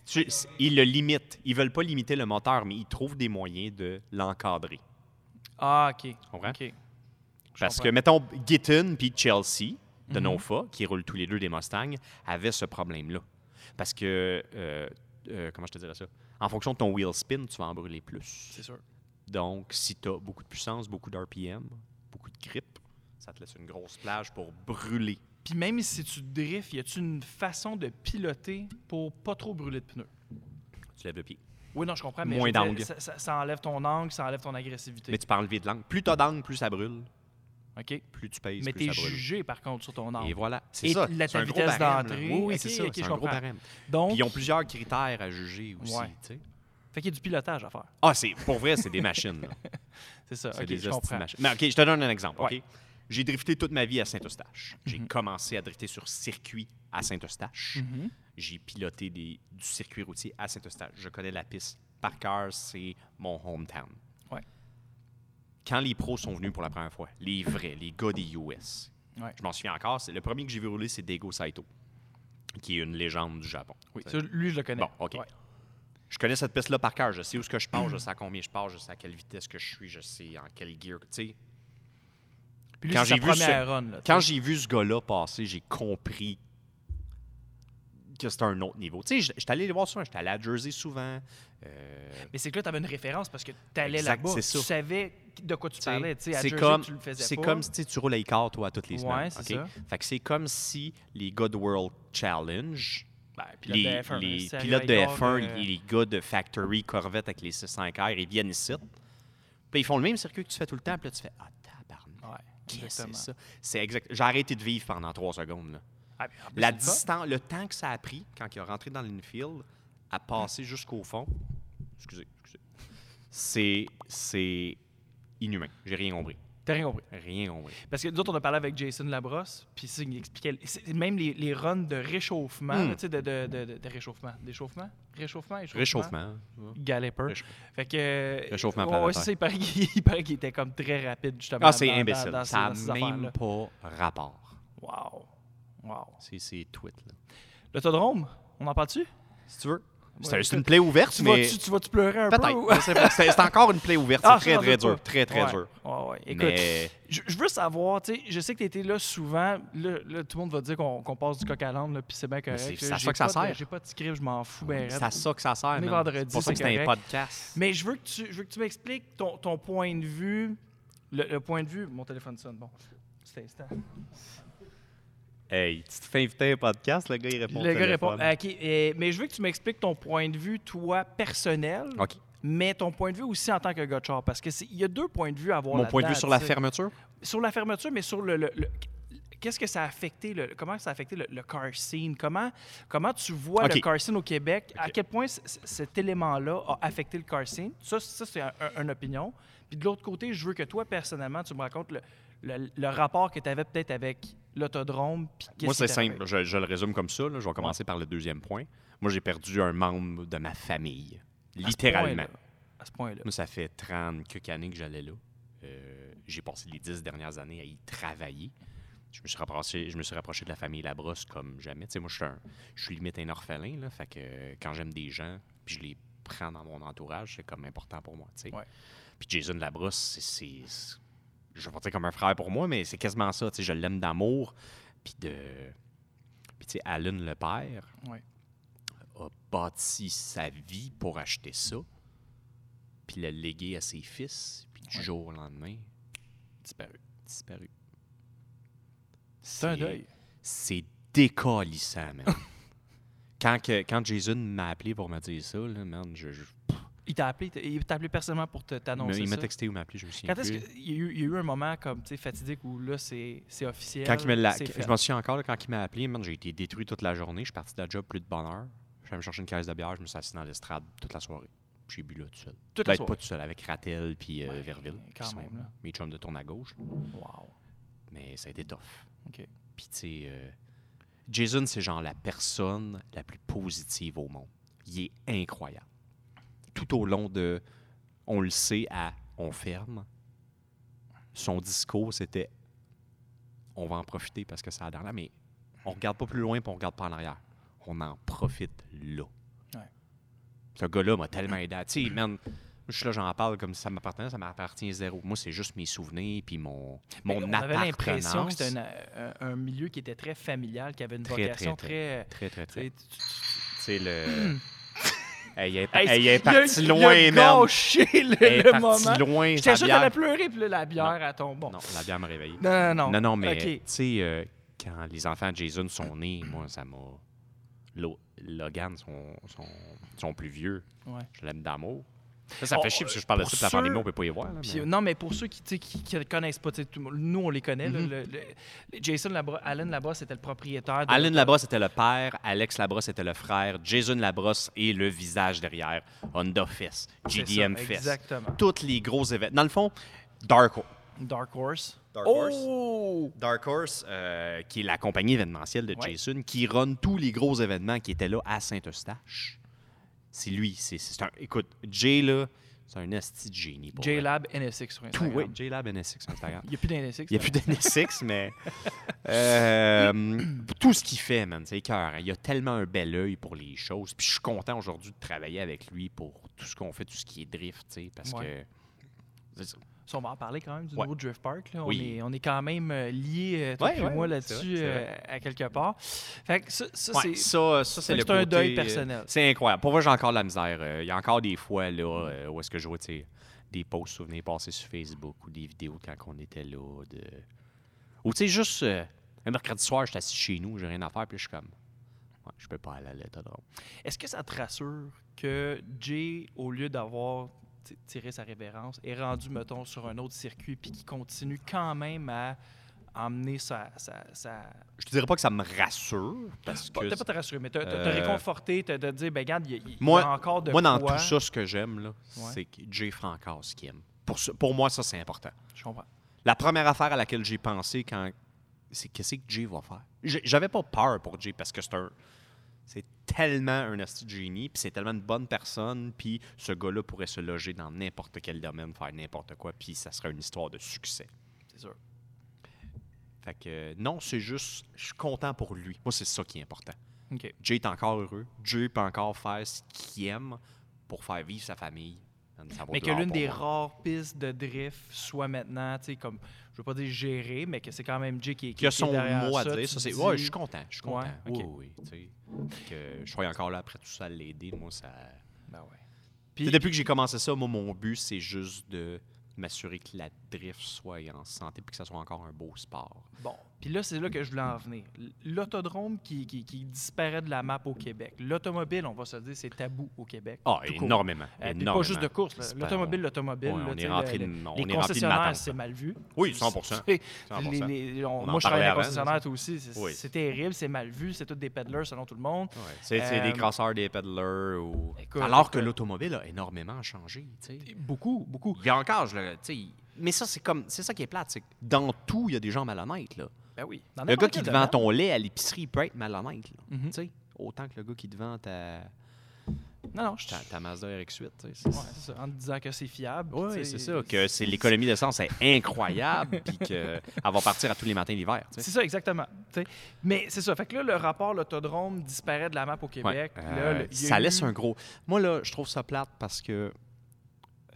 Tu- c'est- Ils le limitent. Ils veulent pas limiter le moteur, mais ils trouvent des moyens de l'encadrer. Ah, OK. comprends? OK. Je Parce que, comprends. mettons, Gittin puis Chelsea de Mhm. Nofa, qui roulent tous les deux des Mustangs, avaient ce problème-là. Parce que, euh, euh, comment je te dirais ça? En fonction de ton wheel spin, tu vas en brûler plus. C'est sûr. Donc, si tu as beaucoup de puissance, beaucoup d'RPM, beaucoup de grip, ça te laisse une grosse plage pour brûler. Puis même si tu drifts, y a-tu une façon de piloter pour pas trop brûler de pneus? Tu lèves le pied. Oui, non, je comprends, mais Moins je veux dire, d'angle. Ça, ça- ça enlève ton angle, ça enlève ton agressivité. Mais tu peux enlever de l'angle. Plus tu as d'angle, plus ça brûle. OK? Plus tu pèses, Mais plus t'es ça brûle. jugé, par contre, sur ton angle. Et voilà. C'est Et ça. la- C'est ta un gros vitesse barème, d'entrée. là. Oui, oui, Ok, c'est ça. ok, c'est je un gros comprends. barème. Donc, Puis ils ont plusieurs critères à juger aussi. Ouais. tu sais. fait qu'il y a du pilotage à faire. Ah, c'est pour vrai, c'est des machines. là. C'est ça. C'est OK, des je hosties de comprends. machines. Mais OK, je te donne un exemple. OK? Ouais. Mhm. J'ai drifté toute ma vie à Saint-Eustache. J'ai commencé à drifter sur circuit à Saint-Eustache. Mhm. J'ai piloté des- du circuit routier à Saint-Eustache. Je connais la piste par cœur, c'est mon hometown. Ouais. Quand les pros sont venus pour la première fois, les vrais, les gars des US, Ouais. je m'en souviens encore, c'est le premier que j'ai vu rouler, c'est Daigo Saito, qui est une légende du Japon. Oui, Tu sais. ça, lui, je le connais. Bon, OK. Ouais. Je connais cette piste-là par cœur. Je sais où ce que je Mm. pars, je sais à combien je pars, je sais à quelle vitesse que je suis, je sais en quel gear. Tu sais, Puis lui, Quand c'est sa j'ai vu ce- première run. Là, quand j'ai vu ce gars-là passer, j'ai compris que c'était un autre niveau. Tu sais, j'étais allé les voir souvent. J'étais allé à Jersey souvent. Euh, Mais c'est que là, t'avais une référence parce que t'allais Exact, là-bas. c'est Tu ça. savais de quoi tu parlais. Tu sais, à c'est Jersey, comme, tu le faisais c'est pas. comme si tu sais, tu roules à Icar, toi, toutes les Ouais, semaines. c'est OK? ça. Fait que c'est comme si les gars de World Challenge, Ben, pilote les, de F1, les c'est arrivé pilotes de avec Ford, F1, euh, les, les gars de Factory Corvette avec les 605R, ils viennent ici. Puis ils font le même circuit que tu fais tout le temps. Puis là, tu fais Ah, tabarnak. Ouais, qu'est-ce que exactement. c'est ça? C'est exact. J'ai arrêté de vivre pendant trois secondes. là. Ah, puis en plus, La c'est le fun. distance, le temps que ça a pris quand il a rentré dans l'infield à passer jusqu'au fond, excusez, excusez, c'est, c'est inhumain. J'ai rien compris. T'as rien compris. Rien compris. Parce que nous autres, on a parlé avec Jason Labrosse, puis ça, il nous expliquait. c'est- Même les, les runs de réchauffement, Hmm. là, tu sais, de, de, de, de- de réchauffement. D'échauffement Réchauffement, échauffement. Réchauffement. Galloper. Réchauffement. Fait que. Réchauffement Ouais, planétaire. c'est ça, il paraît qu'il il paraît qu'il était comme très rapide, justement. Ah, c'est dans- dans- imbécile. dans ces- ça dans ces n'a même affaires-là. pas rapport. Wow. Wow. C'est, c'est tweet, là. L'autodrome, on en parle-tu? Si tu veux. C'est, Ouais, c'est une plaie ouverte, Tu mais vas-tu tu vas-tu pleurer un peu? ou- peut-être. Je sais pas. c'est, c'est encore une plaie ouverte. C'est Ah, très, ça, très j'en doute dur. Très, très pas. dur. Ouais, ouais. Écoute, Mais je, je veux savoir, tu sais, je sais que tu étais là souvent. Là, là, tout le monde va dire qu'on qu'on passe du coq à l'âne, là, puis c'est bien correct. c'est- là. c'est à ça J'ai que ça pas de- sert. J'ai pas de script, je m'en fous bien c'est à ça que ça sert. man. vendredi, c'est pour ça que c'est c'est un correct. podcast. Mais je veux que tu, je veux que tu m'expliques ton, ton point de vue. Le, le point de vue. Mon téléphone sonne, bon. Petit instant. Hey, tu te fais inviter à un podcast, le gars, il répond. au Le gars répond. téléphone. OK. euh, mais je veux que tu m'expliques ton point de vue, toi, personnel. OK. Mais ton point de vue aussi en tant que gars de char, parce qu'il y a deux points de vue à avoir. Mon point de vue là-dedans, sur la tu sais. fermeture? sur la fermeture, mais sur le, le- le- qu'est-ce que ça a affecté, le, comment ça a affecté le, le car scene? Comment, comment tu vois OK. le car scene au Québec? À quel point c- c- cet élément-là a affecté le car scene? Ça, ça c'est un- un- une opinion. Puis de l'autre côté, je veux que toi, personnellement, tu me racontes le, le- le rapport que tu avais peut-être avec l'autodrome. puis qu'est-ce Moi, qui c'est t'est arrivé. simple. Je, je le résume comme ça. là. Je vais commencer par le deuxième point. Moi, j'ai perdu un membre de ma famille, À ce littéralement. point-là. À ce point-là. Moi, ça fait 30 quelques années que j'allais là. Euh, j'ai passé les 10 dernières années à y travailler. Je me suis rapproché, je me suis rapproché de la famille Labrosse comme jamais. Tu sais, moi, je suis, un- je suis limite un orphelin. Là, fait que euh, quand j'aime des gens, puis je les prends dans mon entourage, c'est comme important pour moi. tu sais. Ouais. Puis Jason Labrosse, c'est- c'est. c'est- Je vais dire comme un frère pour moi, mais c'est quasiment ça. tu sais, Je l'aime d'amour. Puis de. Puis tu sais, Alan, le père, Ouais. a bâti sa vie pour acheter ça, puis le léguer à ses fils, puis du jour au lendemain, disparu. Disparu. C'est un deuil. C'est décollissant, man. quand, que- quand Jason m'a appelé pour me dire ça, là, man, je, je- Il t'a appelé, il t'a appelé personnellement pour te- il m'a- t'annoncer il m'a Ah ça? texté ou m'a appelé, je me souviens Quand est-ce plus. qu'il y, a eu- il y a eu un moment comme tu sais, fatidique où là, c'est c'est officiel? Quand il me l'a... euh, c'est fait? Je m'en souviens encore, là, quand il m'a appelé, man, j'ai été détruit toute la journée. Je suis parti de la job plus de bonne heure. Je suis allé me chercher une caisse de bière, je me suis assis dans l'estrade toute la soirée. Puis J'ai bu là tout seul. Toute la Ben, soirée. pas tout seul, avec Ratel puis euh, Verville, quand qui sont même, là. mes chums de tourne à gauche. Wow. Mais ça a été tough. OK. Puis tu sais, euh, Jason, c'est genre la personne la plus positive au monde. Il est incroyable. Tout au long de, on le sait, à on ferme, son discours, c'était on va en profiter parce que ça a l'air là, mais on regarde pas plus loin puis on regarde pas en arrière. On en profite là. Ouais. Ce gars-là m'a tellement aidé. à- Tu sais, man, je suis là, j'en parle comme si ça m'appartenait, ça m'appartient zéro. Moi, c'est juste mes souvenirs puis mon, mon on avait l'impression que appartenance. c'était un, un- un milieu qui était très familial, qui avait une Très, très, vocation très. Très, très, très. tu sais, Tu tu- sais, le. Hey, il est, Hey, hey, il est il a- parti loin, il a man. gâché le, Il est le parti moment. loin, J'étais sa sûr bière. qu'elle a pleuré, puis là, la bière, elle tombe. Bon. Non, la bière m'a réveillé. Non, non, non. Non, non, mais OK. tu sais, euh, quand les enfants de Jason sont nés, moi, ça m'a. Lo- Logan, son, son, son plus vieux, Ouais. je l'aime d'amour. Ça, ça Oh, fait chier parce que je parle de pour ça, puis la ceux- pandémie, on peut pas y voir. là, Puis, mais- euh, non, mais pour ceux qui ne qui, qui le connaissent pas, tu sais, tout le monde- nous, on les connaît. là, Mhm. le- le- le- Jason Labrosse, Allen Labrosse était le propriétaire. de- Alan Labrosse était le père, Alex Labrosse était le frère, Jason Labrosse est le visage derrière Honda Fest, C'est GDM ça, Fest. Exactement. Tous les gros événements. Dans le fond, Dark, Ho- Dark Horse. Dark Horse. oh! Dark Horse, euh, qui est la compagnie événementielle de Ouais. Jason, qui run tous les gros événements qui étaient là à Saint-Eustache. C'est lui. C'est, c'est un, écoute, Jay, là, c'est un esti de génie. pour vrai. J-Lab NSX sur Tout, Instagram. oui. Jay Lab NSX sur Instagram. Il n'y a plus d'NSX. Il n'y a plus d'NSX, mais euh, tout ce qu'il fait, man, c'est écœurant. Il a tellement un bel œil pour les choses. Puis je suis content aujourd'hui de travailler avec lui pour tout ce qu'on fait, tout ce qui est drift, tu sais, parce Ouais. que. c'est- Si on va en parler quand même du Ouais. nouveau Drift Park. là. Oui. On, est, on est quand même euh, liés, euh, toi Ouais, et ouais, moi, ouais, c'est là-dessus, vrai, c'est euh, à quelque part. Fait que ça, ça, Ouais, c'est... ça, ça, c'est fait le que c'est un côté, deuil euh, personnel. C'est incroyable. Pour moi, j'ai encore de la misère. Euh, Il y a encore des fois là, euh, où est-ce que je vois tu sais, des posts souvenirs passés sur Facebook ou des vidéos de quand on était là. De... Ou tu sais, juste euh, un mercredi soir, j'étais assis chez nous, j'ai rien à faire, puis je suis comme. Ouais, je peux pas aller à l'autodrome. Est-ce que ça te rassure que Jay, au lieu d'avoir ti- tiré sa révérence, est rendu, mettons, sur un autre circuit puis qu'il continue quand même à emmener sa... sa, sa... Je te dirais pas que ça me rassure, parce Pas- que. T'as pas te rassuré, mais t'as t'as- t'as Euh, réconforté, t'as de dire, ben regarde, il y a- il y, Moi- a encore de moi, quoi. dans tout ça, ce que j'aime, là, Ouais. c'est que Jay Francasse ce qu'il aime. Pour, ce- pour moi, ça, c'est important. Je comprends. La première affaire à laquelle j'ai pensé quand c'est qu'est-ce que Jay va faire. J'ai- J'avais pas peur pour Jay parce que c'est un c'est tellement un asti de génie, puis c'est tellement une bonne personne, puis ce gars-là pourrait se loger dans n'importe quel domaine, faire n'importe quoi, puis ça serait une histoire de succès. C'est sûr. Fait que euh, non, c'est juste je suis content pour lui. Moi, c'est ça qui est important. OK. Jay est encore heureux, Jay peut encore faire ce qu'il aime pour faire vivre sa famille. Ça vaut Mais de que l'or l'une pour des moi. rares pistes de drift soit maintenant, tu sais, comme, je veux pas dire gérée, mais que c'est quand même Jay qui est qui a qui est son derrière mot à ça, dire. tu Ça, c'est, dis- ouais, je suis content. Je suis content. Ouais, ok. Oui, oui, tu sais. Fait Que je sois encore là après tout ça, à l'aider. Moi, ça. Ben ouais. Tu sais, Puis, depuis que j'ai commencé ça, moi, mon but, c'est juste de m'assurer que la drift soit en santé puis que ça soit encore un beau sport. bon, puis là, c'est là que je voulais en venir. L- L'autodrome qui, qui- qui disparaît de la map au Québec. L'automobile, on va se dire, c'est tabou au Québec. Ah, tout court. énormément. Euh, puis énormément. pas juste de course. là. C'est pas- L'automobile, l'automobile. Ouais, là, on tu est sais, rentré le- de- on les est rempli de concessionnaires, matantes. c'est mal vu. Oui, 100%. Les- 100%. les- on- On en moi, je travaille parlait avec les avant, hein. concessionnaires, toi aussi. C'est Oui. c'est terrible, c'est mal vu, c'est tous des peddlers selon tout le monde. Ouais, C'est, c'est Euh, des crosseurs, des peddlers. Ou... Écoute, Alors que écoute. l'automobile a énormément changé. tu sais. Beaucoup, beaucoup. Il y a encore, je le- tu sais, Mais ça, c'est comme. C'est ça qui est plate. C'est que dans tout, il y a des gens malhonnêtes. Là. Ben oui. Dans Le n'importe gars qui quel te vend domaine. ton lait à l'épicerie il peut être malhonnête. là. Mhm. Tu sais, Autant que le gars qui te vend ta, Non, non, je ta, ta Mazda RX-8. tu sais, c'est- Ouais, c'est ça, en te disant que c'est fiable. Oui, tu sais, c'est ça. Que c'est l'économie d'essence est incroyable, puis qu'elle va partir à tous les matins l'hiver. tu sais. C'est ça, exactement. tu sais. Mais c'est ça. Fait que là, le rapport l'autodrome disparaît de la map au Québec. Ouais. Là, Euh, le- il y a ça eu- laisse un gros. Moi, là, je trouve ça plate parce que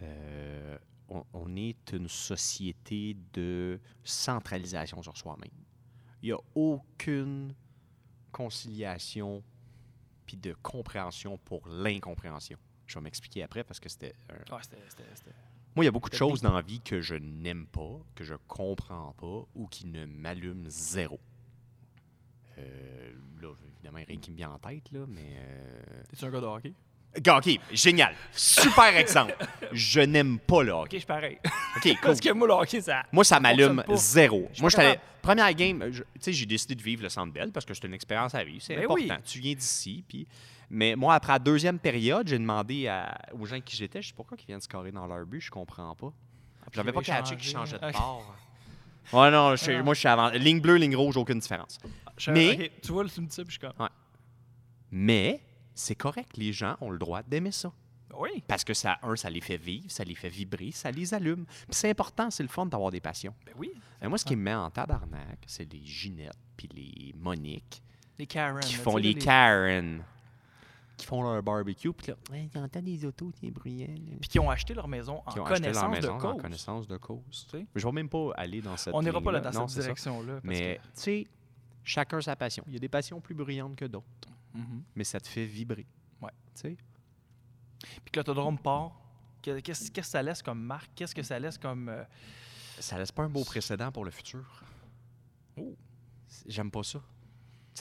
euh, on, on est une société de centralisation sur soi-même. Il n'y a aucune conciliation puis de compréhension pour l'incompréhension. Je vais m'expliquer après parce que c'était un- Ouais, c'était- c'était- c'était- Moi, il y a beaucoup de C'était choses dans la vie que je n'aime pas, que je comprends pas ou qui ne m'allument zéro. Euh, là, évidemment, il y a rien qui me vient en tête, là, mais. euh, T'es-tu un gars de hockey? Gars, OK, génial. Super exemple. Je n'aime pas le Ok, je hockey. suis pareil. OK, cool. Parce que moi, le hockey, ça. Moi, ça m'allume fonctionne pas. zéro. suis pas Moi, j'étais allé. capable. Première game, je- tu sais, j'ai décidé de vivre le Centre Bell parce que c'est une expérience à vivre. C'est Ben important. oui. Tu viens d'ici, puis. Mais moi, après la deuxième période, j'ai demandé à- aux gens qui j'étais, je sais pourquoi ils viennent scorer dans leur but, je comprends pas. J'avais pas puis il avait catché qu'ils changé. changeaient de Ok. bord. Ouais, non, je suis- Ah. moi, je suis avant. Ligne bleue, ligne rouge, aucune différence. Je- Mais- ok, tu vois, tu me dis ça, puis je suis comme. Mais c'est correct, les gens ont le droit d'aimer ça. ben Oui. Parce que ça, un, ça les fait vivre, ça les fait vibrer, ça les allume. Puis c'est important, c'est le fun d'avoir des passions. Ben oui. Et moi, ce qui me met en tabarnak, c'est les Ginette puis les Monique Les Karen. qui là, font tu sais, les Karen, qui font leur barbecue. Puis là, ouais, j'entends des autos, qui bruyants. là. Puis qui ont acheté leur maison en Qui ont acheté leur connaissance maison de en cause. connaissance de cause. Tu sais. Je ne vais même pas aller dans cette On n'ira pas là ligne-là. dans Non, cette c'est ça. direction-là. parce Mais, tu sais, chacun sa passion. Il y a des passions plus brillantes que d'autres, que- Mhm. mais ça te fait vibrer. Ouais. Tu sais, Puis que l'autodrome part, que- qu'est-ce qu'est-ce que ça laisse comme marque? Qu'est-ce que ça laisse comme... euh, ça laisse pas un beau précédent pour le futur. Oh. C'est- J'aime pas ça. Tu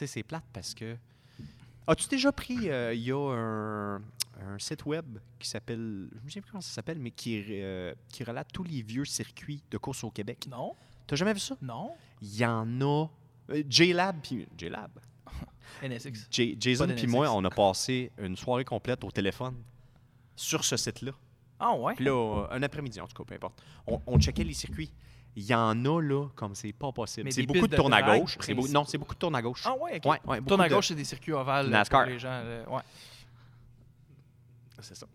sais, c'est plate parce que. As-tu déjà pris. euh, Il y a un, un site web qui s'appelle. Je ne sais plus comment ça s'appelle, mais qui, euh, qui relate tous les vieux circuits de course au Québec. Non, T'as jamais vu ça? non. Il y en a. euh, J-Lab, puis. J-Lab. NSX. J- Jason Pas puis d'NSX. moi, on a passé une soirée complète au téléphone sur ce site-là. Ah ouais? Puis là, euh, un après-midi, en tout cas, peu importe. On, on checkait les circuits. Il y en a là, comme c'est pas possible. Mais C'est des beaucoup pistes de de tourne à drague, gauche. C'est beau- principe- non, c'est beaucoup de tourne à gauche. Ah ouais, ok. Ouais, ouais, beaucoup Tourne à de- gauche, c'est des circuits ovales là, NASCAR. pour les gens. là, ouais. C'est ça.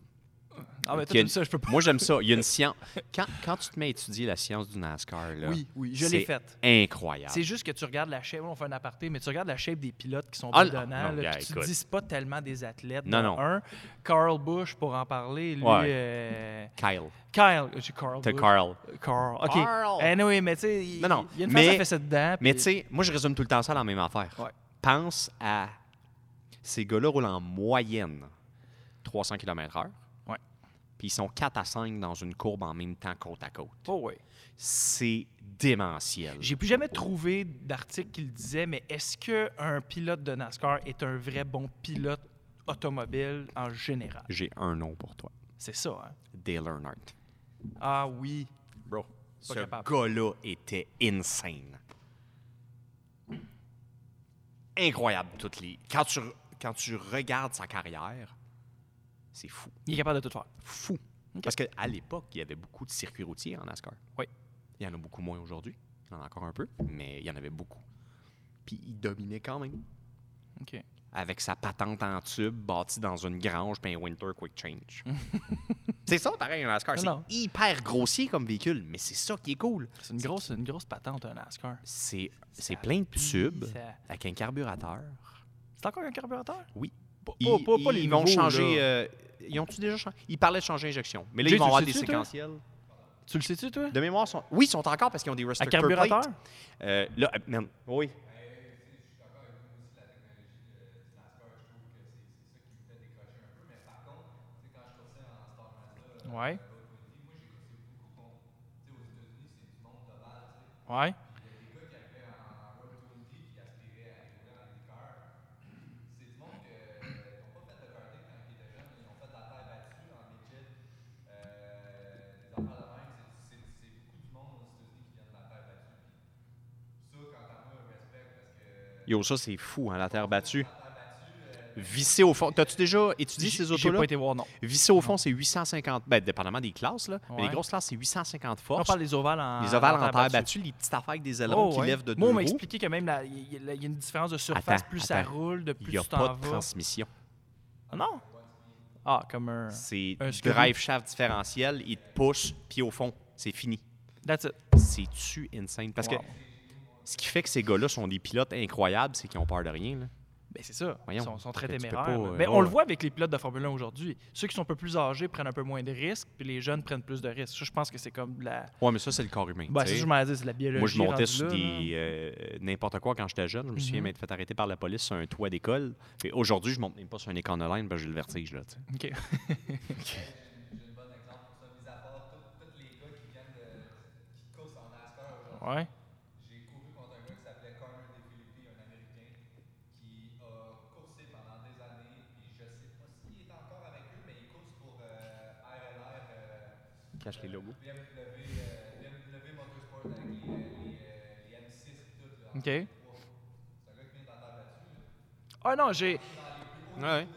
Ah mais toi, Qui a- tu dis ça, je peux pas. Moi, j'aime ça. Il y a une science. Quand, quand tu te mets à étudier la science du NASCAR, là, Oui, oui, je l'ai c'est Ah. faite. Incroyable. C'est juste que tu regardes la shape, on fait un aparté, mais tu regardes la shape des pilotes qui sont Ah, plus non, donnants, non, là, gars, puis tu te écoute. dis c'est pas tellement des athlètes. Non, dont non. Un, Carl Bush, pour en parler, lui... Ouais. euh, Kyle. Kyle, euh, j'ai Carl T'as Bush. Carl. Carl. OK. Eh, Carl. Anyway, mais tu sais, il Non, non, il y a une face mais- à fait ça dedans. Mais puis- tu sais, moi, je résume tout le temps ça à la même affaire. Ouais. Pense à ces gars-là roulent en moyenne 300 km/h. Ouais. Puis ils sont 4 à 5 dans une courbe en même temps, côte à côte. Oh, ouais. C'est démentiel. J'ai plus jamais trouvé d'article qui le disait, mais est-ce qu'un pilote de NASCAR est un vrai bon pilote automobile en général? J'ai un nom pour toi. C'est ça, hein? Dale Earnhardt. Ah oui. Bro, ce capable. gars-là était insane. Incroyable, toutes les... Quand tu, quand tu regardes sa carrière, c'est fou. Il est capable de tout faire. fou. Parce qu'à l'époque, il y avait beaucoup de circuits routiers en NASCAR. Oui. Il y en a beaucoup moins aujourd'hui. Il y en a encore un peu, mais il y en avait beaucoup. Puis il dominait quand même. OK. Avec sa patente en tube bâtie dans une grange puis un Winter Quick Change. c'est ça, pareil, un NASCAR. Non, C'est non. hyper grossier comme véhicule, mais c'est ça qui est cool. C'est une grosse, une grosse patente, un NASCAR. C'est c'est Ça plein de plie, tubes ça- avec un carburateur. C'est encore un carburateur? Oui. Pas, Ils, pas- pas ils les vont nouveaux, changer. là. euh, ils ont-tu déjà changé? Ils parlaient de changer injection. Mais là, Jay, ils vont tu avoir le des sais-tu, toi? séquentiels. Tu le sais-tu, toi? De mémoire, sont... oui, ils sont encore parce qu'ils ont des À restrictor carburateur? plates. Euh, là, euh, man, oui. Ouais. Ouais. Yo, ça, c'est fou, hein, la terre battue. Vissé au fond. T'as-tu déjà étudié J'ai- ces J'ai autos-là? pas été voir, non. Vissé au fond, c'est 850. Ben, dépendamment des classes, là. Mais les Ouais. grosses classes, c'est 850 On forces. parle des ovales en les ovales en terre battue. battue, les petites affaires avec des ailerons Oh, qui ouais. lèvent de Moi, on deux m'a roues. expliqué que même la- il y, a- il y a une différence de surface. Attends, plus ça attends. roule, de Il plus n'y a tu pas t'en de vas. transmission. Ah, non? Ah, comme un... C'est Un du Scooby. drive shaft différentiel, il te pousse, puis au fond, c'est fini. That's it. C'est-tu insane? Parce Wow. que ce qui fait que ces gars-là sont des pilotes incroyables, c'est qu'ils ont peur de rien. là. Ben, c'est ça. Voyons, Ils sont, sont très que tu peux téméraires. pas, là. euh, Ben, ouais, on le ouais. voit avec les pilotes de Formule 1 aujourd'hui. Ceux qui sont un peu plus âgés prennent un peu moins de risques, puis les jeunes prennent plus de risques. Ça, je pense que c'est comme la... Ouais, mais ça, c'est le corps humain. Ben, tu c'est sais. ça, je m'en dis, c'est de la biologie. Moi, je montais rendue sur là, là. des. euh, n'importe quoi quand j'étais jeune. Je me souviens m'être fait arrêter par la police sur un toit d'école. Puis aujourd'hui, je monte même pas sur un éconoline parce que ben, j'ai le vertige, là, tu sais. OK. Ouais. Cache les logos. OK. Ah non, j'ai... Ouais.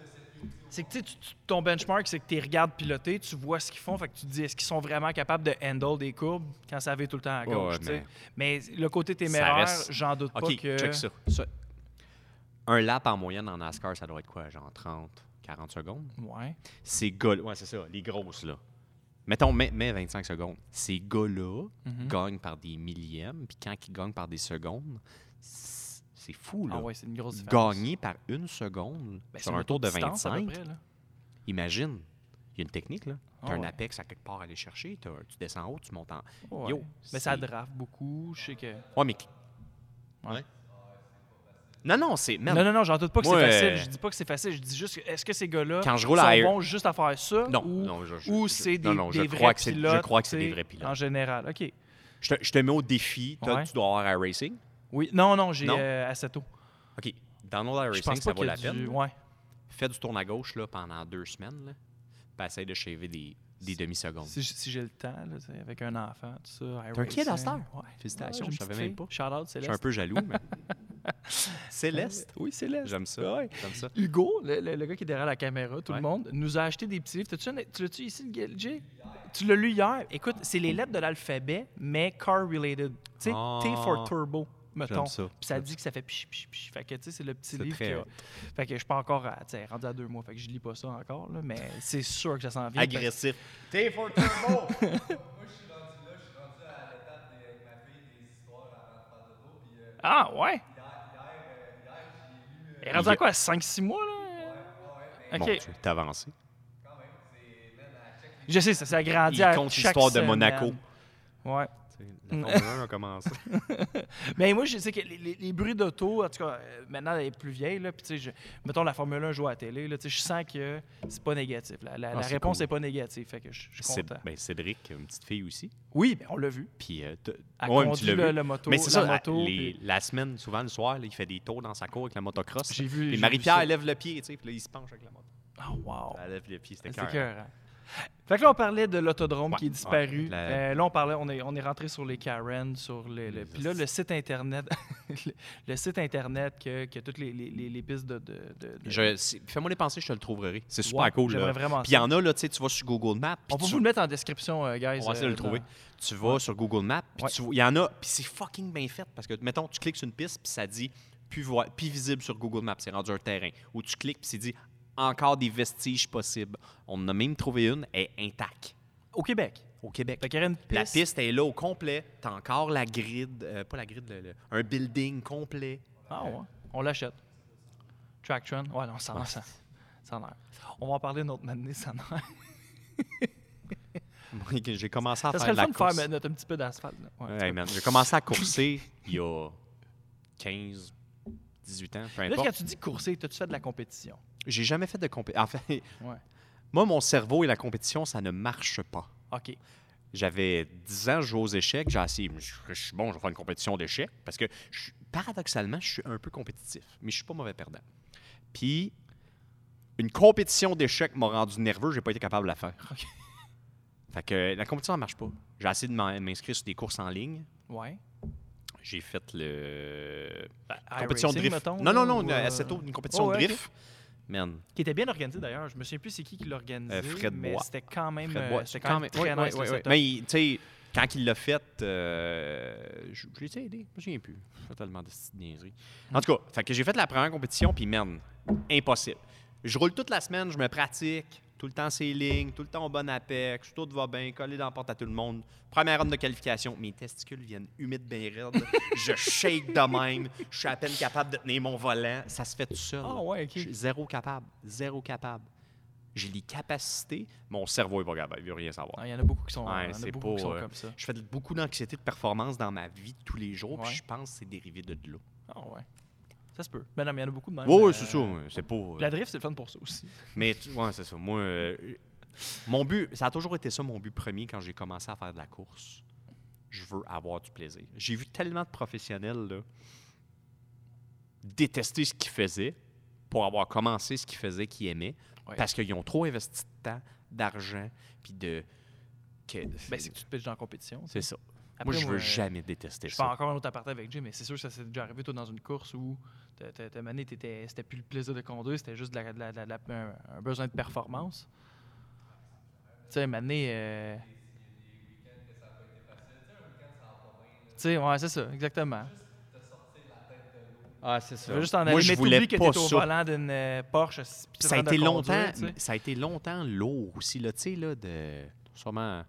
C'est que tu sais, tu- tu- ton benchmark, c'est que tu les regardes piloter, tu vois ce qu'ils font, fait que tu te dis est-ce qu'ils sont vraiment capables de handle des courbes quand ça va tout le temps à gauche. ouais, tu sais. mais... le côté téméraire, reste- j'en doute OK, pas que. check ça. Ça- Un lap en moyenne en NASCAR, ça doit être quoi? Genre 30, 40 secondes. Ouais. Ces gars ouais, c'est ça, les grosses, là. Mettons, mets, mets 25 secondes. Ces gars-là Mhm. gagnent par des millièmes, puis quand ils gagnent par des secondes, c'est c'est fou, là. Ah ouais, c'est une grosse différence. Gagner par une seconde Ben, c'est sur un tour de distance, à peu 25, près, là. imagine, il y a une technique, là. Tu as Ah un ouais. apex à quelque part à aller chercher, t'as- tu descends en haut, tu montes en... Ouais. Yo, Mais ça c'est- drape beaucoup. Je sais que. Ouais, mais... Ouais. Non, non, c'est... man, Non, non, non, j'en doute pas que Moi, c'est facile. euh, Je dis pas que c'est facile. Je dis juste que est-ce que ces gars-là Quand je roule sont à Air- bons juste à faire ça Non, ou, non, je- je- ou je- c'est des, non, non, je des crois vrais que c'est- je pilotes. crois que c'est des tu sais, vrais pilotes. En général, OK. Je, te, je te mets au défi, Toi, Ouais. tu dois avoir iRacing. Oui, non, non, j'ai Non. euh, Assetto. OK, download Je iRacing, pense ça pas vaut qu'il y la a peine. du... Ouais. Fais du tourne à gauche là, pendant deux semaines, là, puis essaye de shaver des, des demi-secondes. Si, si j'ai le temps, là, tu sais, avec un enfant, tout ça. T'as un kid à cette heure? Ouais. Félicitations, Ouais, j'ai je une savais petite même pas. fille. Shout-out, Je suis un Céleste. peu jaloux, mais... Céleste, Oui, Céleste. j'aime ça, Ouais. j'aime ça. Hugo, le, le- le gars qui est derrière la caméra, tout Ouais. le monde, nous a acheté des petits livres. T'as-tu un- tu l'as-tu ici, le gars, Jay? Tu l'as lu hier. Écoute, c'est les lettres de l'alphabet, mais car-related. Tu sais, Ah. T for turbo, mettons. J'aime ça. Puis ça dit que ça fait pichi, pichi, pichi. Fait que, tu sais, c'est le petit C'est livre. très que... hot. Fait que je suis pas encore à, tu sais, rendu à deux mois. Fait que je lis pas ça encore, là, mais c'est sûr que ça s'en vient. Agressif. T'es for turbo! euh, Fait que- Ah, ouais? Il est rendu à quoi? 5-6 mois, là? Mon OK. Dieu, t'as avancé. Je sais, ça s'est agrandi Il à compte chaque l'histoire de semaine. Monaco. Ouais. La Formule 1 a commencé. Mais moi, je sais que les, les- les bruits d'auto, en tout cas, euh, maintenant, elle est plus vieille. Là, puis, tu sais, je- mettons, la Formule 1 joue à la télé. Là, tu sais, je sens que c'est pas négatif. La, la- Ah, la c'est réponse cool. n'est pas négative. Fait que je je suis C'est- content. ben, Cédric, une petite fille aussi. Oui, ben, on l'a vu. Puis, euh, t- Elle ouais, mais conduit tu l'as le- vu. le moto- Mais c'est la ça, la, moto, les- puis- la semaine, souvent le soir, là, il fait des tours dans sa cour avec la motocross. J'ai vu- j'ai Puis vu Marie-Pierre ça. lève le pied, tu sais, puis là, il se penche avec la moto. Oh, wow. Elle lève le pied, c'était C'est cœur. écœurant. Fait que là, on parlait de l'autodrome Ouais, qui est disparu. ouais, la- Euh, là, on parlait, on est, on est rentré sur les Karen, sur le. le- Les Puis là, le hosties. site Internet. le, le site Internet que, que toutes les, les- les- les pistes de. de- de- de- Je- c'est- Fais-moi les penser, je te le trouverai. C'est super Ouais, cool. j'aimerais Là. vraiment Puis il y ça. en a, là, tu sais, tu vas sur Google Maps. puis On peut tu- vous le mettre en description, euh, guys. on va essayer de euh, le trouver. dans- Tu vas sur Google Maps, puis Ouais. tu vois- il y en a, puis c'est fucking bien fait. Parce que, mettons, tu cliques sur une piste, puis ça dit plus, voi- plus visible sur Google Maps, c'est rendu un terrain. Ou tu cliques, puis c'est dit encore des vestiges possibles. On en a même trouvé une, elle est intacte Au Québec. au Québec. Fait qu'il y aurait une La piste. piste est là au complet. T'as encore la grid, euh, pas la grid, le- le- un building complet. Ah ouais. On l'achète. Traction. Ouais, non, ça en ça. Ça en a. On va en parler une autre année, ça en a. J'ai commencé à Ça faire serait le de la fun de faire course. mais notre un petit peu d'asphalte. là. Ouais, en tout cas. Hey, man, J'ai commencé à courser il y a 15, 18 ans, peu Là, quand importe. tu dis courser, as-tu fait de la compétition? J'ai jamais fait de compétition. En fait, Ouais. moi, mon cerveau et la compétition, ça ne marche pas. OK. J'avais 10 ans, je jouais aux échecs. J'ai essayé, je, je suis bon, je vais faire une compétition d'échecs. Parce que je suis- paradoxalement, je suis un peu compétitif, mais je suis pas mauvais perdant. Puis, une compétition d'échecs m'a rendu nerveux, j'ai pas été capable de la faire. OK. Fait que la compétition, ne marche pas. J'ai essayé de m'en- m'inscrire sur des courses en ligne. Ouais. J'ai fait le. Bah, iRacing, compétition de drift. mettons, non, non, là, non, ou, une- euh, assez tôt, une compétition oh, ouais, de drift. Man, Qui était bien organisé d'ailleurs. Je me souviens plus c'est qui qui l'organisait. Euh, Fred mais Bois. C'était quand même. Fred euh, Bois, C'était quand même. ouais, très ouais, nice, le ouais, ouais. setup. Mais il- tu sais, quand il l'a fait, euh, je je l'ai été aidé. Je me souviens plus. Je fais tellement de petites niaiseries. En tout cas, fait que j'ai fait la première compétition, puis man, impossible. Je roule toute la semaine, je me pratique. Tout le temps, c'est ligne, tout le temps au bon apex, tout va bien, coller dans la porte à tout le monde. Première ronde de qualification, mes testicules viennent humides, bien raides. je shake de même, je suis à peine capable de tenir mon volant. Ça se fait tout seul. Ah ouais, ok. Je suis zéro capable, zéro capable. J'ai les capacités, mon cerveau est pas capable, il veut rien savoir. Non, Ah, Il y en a beaucoup qui sont, Ouais, il y en a c'est beaucoup qui pas, sont euh, comme ça. Je fais de- beaucoup d'anxiété de performance dans ma vie de tous les jours, Ouais. puis je pense que c'est dérivé de de là. Ah ouais. Ça se peut. Mais non, mais il y en a beaucoup de même. Oui, euh, oui, c'est ça. ouais, C'est pas. euh, La drift, c'est le fun pour ça aussi. Mais tu- ouais, c'est ça. Moi, euh, mon but, ça a toujours été ça mon but premier quand j'ai commencé à faire de la course. Je veux avoir du plaisir. J'ai vu tellement de professionnels là, détester ce qu'ils faisaient pour avoir commencé ce qu'ils faisaient, qu'ils aimaient, Ouais. parce qu'ils ont trop investi de temps, d'argent, puis de. que- Ben, c'est que tu te pitches dans la compétition. c'est ça. Après, moi, je veux moi, euh, jamais détester Je fais ça. encore un autre aparté avec Jay, mais c'est sûr que ça s'est déjà arrivé, toi, dans une course où t'as- t'as t'as mané, t'étais- c'était plus le plaisir de conduire, c'était juste de la- de la- de la- de la- un, un besoin de performance. Tu sais, mané. euh, Tu sais, ouais, c'est ça, exactement. Ah, c'est ça. Tu veux juste en Moi, aller, je mais voulais t'oublies que pas t'es au ça. volant d'une euh, Porsche. si tu te Ça a, rends de été conduire, longtemps, tu sais. ça a été longtemps lourd aussi, là, tu sais, là, de... Sûrement...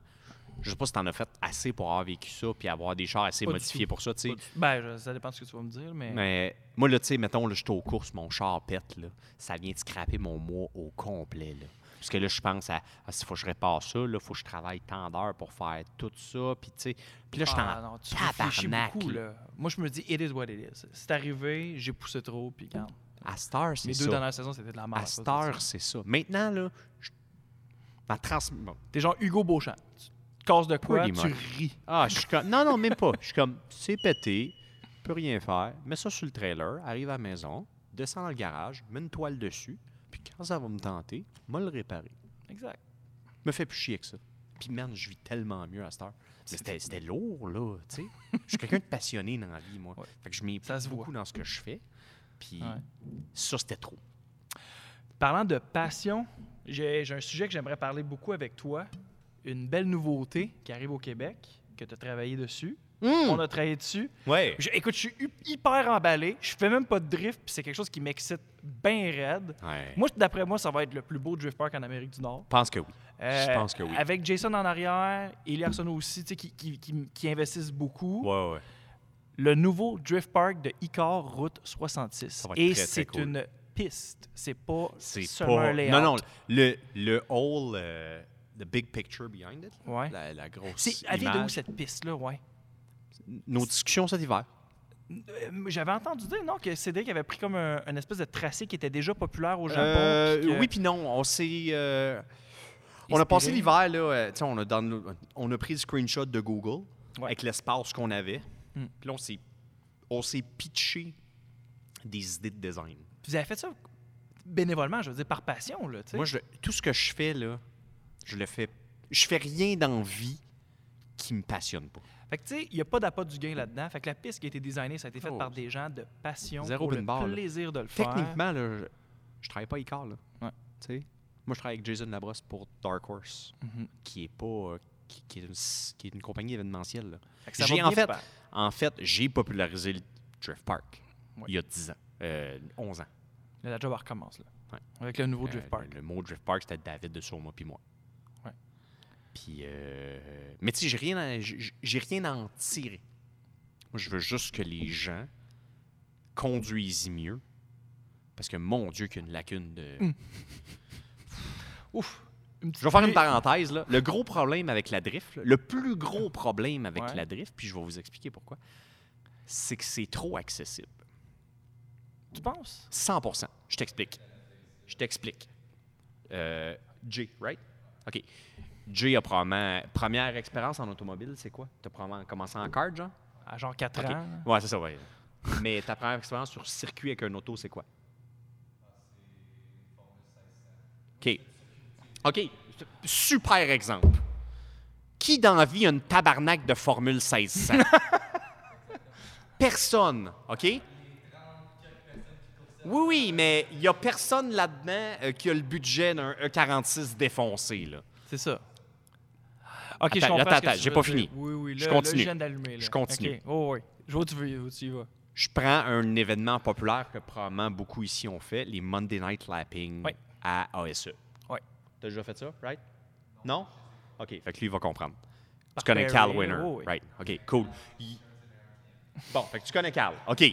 Je sais pas si t'en as fait assez pour avoir vécu ça, puis avoir des chars assez Pas du modifiés tout. pour ça, tu sais. Ben, je- ça dépend de ce que tu vas me dire, mais. Mais moi, là, tu sais, mettons, là, je suis aux courses, mon char pète, là. Ça vient de scraper mon mois au complet, là. Parce que là, je pense à, Ah, s'il faut que je répare ça, là, faut que je travaille tant d'heures pour faire tout ça, puis tu sais... Puis là, je suis Ah, en non, tu réfléchis tabarnak, beaucoup, là. là. Moi, je me dis, it is what it is. C'est arrivé, j'ai poussé trop, puis regarde. À Star, Mes c'est deux ça. dernières saisons, c'était de la merde. À cause de cette ça. heure, c'est ça. Maintenant, là, je... ma trans... bon. T'es genre Hugo Beauchamp. Tu te casses de quoi, Pretty tu much. ris. Ah, je suis comme... Non, non, même pas. Je suis comme, c'est pété, peux rien faire. Mets ça sur le trailer, arrive à la maison, descends dans le garage, mets une toile dessus, puis quand ça va me tenter, moi le réparer. Exact. me fait plus chier que ça. Puis, man, je vis tellement mieux à cette heure. Mais c'était, c'était lourd, là, tu sais. Je suis quelqu'un de passionné dans la vie, moi. Ouais. Fait que je m'implique Ça se beaucoup voit. dans ce que je fais. Puis, Ouais. ça, c'était trop. Parlant de passion, j'ai j'ai un sujet que j'aimerais parler beaucoup avec toi. Une belle nouveauté qui arrive au Québec, que tu as travaillé dessus. Hmm. On a travaillé dessus. Ouais. Je- écoute, je suis hu- hyper emballé. Je fais même pas de drift, puis c'est quelque chose qui m'excite bien raide. Ouais. Moi, d'après moi, ça va être le plus beau drift park en Amérique du Nord. Je pense que oui. je Euh, pense que oui. Avec Jason en arrière, Eli Arsenault aussi, tu sais, qui, qui- qui- qui investissent beaucoup. Ouais, ouais. Le nouveau drift park de Icar Route 66. va être Et très, très c'est cool. une piste. C'est pas C'est seulement pas... un layout. Non, non. Le, le whole... euh, the big picture behind it. Ouais. La, la grosse C'est, elle vient de où image. cette piste-là, ouais? Nos discussions cet hiver. Euh, J'avais entendu dire, non, que Cédric avait pris comme un, une espèce de tracé qui était déjà populaire au Japon. Euh, puis que- Oui, puis non. On s'est. euh, on a passé l'hiver, là. euh, tu sais, on, a download- on a pris le screenshot de Google Ouais. Hmm. avec l'espace qu'on avait. Puis là, on s'est, on s'est pitché des idées de design. Puis Vous avez fait ça bénévolement, je veux dire, par passion, là, tu sais. Moi, je- tout ce que je fais, là, je le fais. Je fais rien dans vie qui me passionne pas. Fait que, tu sais, il n'y a pas d'appât du gain là-dedans. Fait que la piste qui a été designée, ça a été faite Oh. par des gens de passion Zéro pour le bin barre, là. plaisir de le faire. Techniquement, là, je, je travaille pas Icar, là. Ouais. Tu sais, moi, je travaille avec Jason Labrosse pour Dark Horse, Mhm. qui est pas. euh, qui, qui est une, s- qui est une compagnie événementielle, là. Fait que ça J'ai va en bien fait, se faire. en fait, j'ai popularisé le Drift Park Ouais. il y a 10 ans, euh, 11 ans. Là, la job elle recommence, là. Ouais. Avec le nouveau Euh, Drift Park. Le, le mot Drift Park, c'était David de Soma puis moi. Ouais. Puis, euh, mais tu sais, j'ai rien, à- j'ai j'ai rien à en tirer. Moi, je veux juste que les gens conduisent mieux. Parce que mon Dieu, qu'il y a une lacune de. Ouf! Une petite Je vais faire une pluie- parenthèse. Là. Le gros problème avec la drift, là, le plus gros problème avec Ouais. la drift, puis je vais vous expliquer pourquoi, c'est que c'est trop accessible. Tu penses? 100 Je t'explique. Je t'explique. Euh, Jay, right? OK. Jay a probablement... Première expérience en automobile, c'est quoi? T'as probablement commencé en kart, genre? À genre 4 OK. ans. là. Ouais, c'est ça, ouais. Mais ta première expérience sur circuit avec un auto, c'est quoi? OK. OK. Super exemple. Qui d'envie une tabarnak de Formule 1600? personne, OK? Oui, oui, mais il n'y a personne là-dedans euh, qui a le budget d'un E46 défoncé, là. C'est ça. Ok, je comprends. ce Attends, attends, que attends, tu j'ai veux pas dire. fini. Oui, oui, là, Je là, continue. je viens d'allumer. là. Je continue. Ok. Oh, oui. Je vois où tu veux, où tu y vas. Je prends un événement populaire que probablement beaucoup ici ont fait, les Monday Night Lapping Oui. à ASE. Ouais. T'as déjà fait ça, right? Non? OK, fait que lui, il va comprendre. Par tu connais Cal Perry, Winner, oui, oui. right? OK, cool. Il- Bon, fait que tu connais Cal. OK,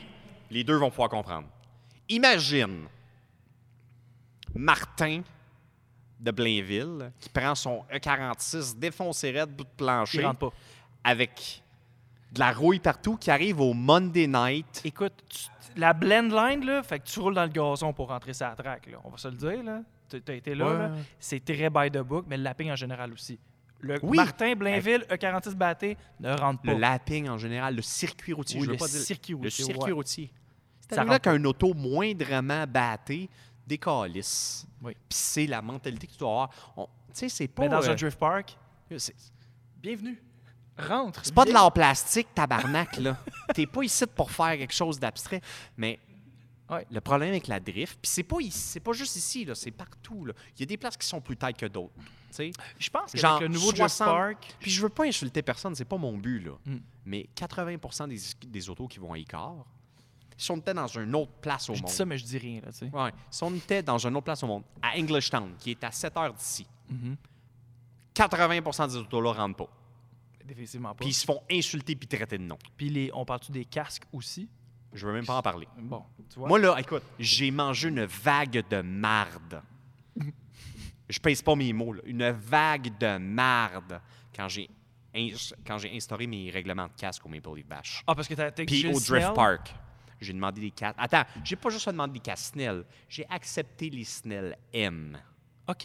les deux vont pouvoir comprendre. Imagine Martin de Blainville qui prend son E E46, défonce ses raides, bout de plancher, Il rentre pas. avec de la rouille partout, qui arrive au Monday Night Écoute, tu- la blend line, là, fait que tu roules dans le gazon pour rentrer sur la track, là. On va se le dire, là. T'as t'as été là, Ouais. là. C'est très by the book, mais le lapping en général aussi. Le Oui. Martin Blainville, E46 batté, ne rentre pas. Le lapping en général, le circuit routier. Oui, je veux le pas dire- circuit Le routier, circuit ouais. routier. C'est Ça arrivé là rentre qu'un auto moindrement batté décalisse. Oui. Puis c'est la mentalité que tu dois avoir. On- Tu sais, c'est pas. mais dans euh, un drift park, c'est bienvenue. Rentre. c'est pas de viens. l'art plastique, tabarnak, là. T'es pas ici pour faire quelque chose d'abstrait. Mais Ouais. le problème avec la drift, puis c'est pas, ici- c'est pas juste ici, là, c'est partout. là. Il y a des places qui sont plus tight que d'autres. tu sais. Je pense Genre qu'avec le nouveau 60 drift park, Mm. Puis je veux pas insulter personne, c'est pas mon but, là. Mais 80 des, des autos qui vont à Icar Si on était dans une autre place au Je monde. dis ça, mais je dis rien, là, tu sais. Ouais. Si on était dans une autre place au monde, à Englishtown, qui est à 7 heures d'ici, Mm-hmm. 80 des autos-là rentrent pas. Définitivement pas. Puis ils Puis, se font insulter puis traiter de nom. les, on parle-tu des casques aussi? Je veux même pas en parler. Bon, tu vois. Moi, là, écoute, j'ai mangé une vague de marde. Je pèse pas mes mots, là. Une vague de marde quand j'ai ins- quand j'ai instauré mes règlements de casque au Maple Leaf Bash. ah, parce que t'as t'as Puis exigé au le Drift Snell? Park, j'ai demandé des casques. Attends, j'ai pas juste demandé des casques Snell. J'ai accepté les Snell M. OK.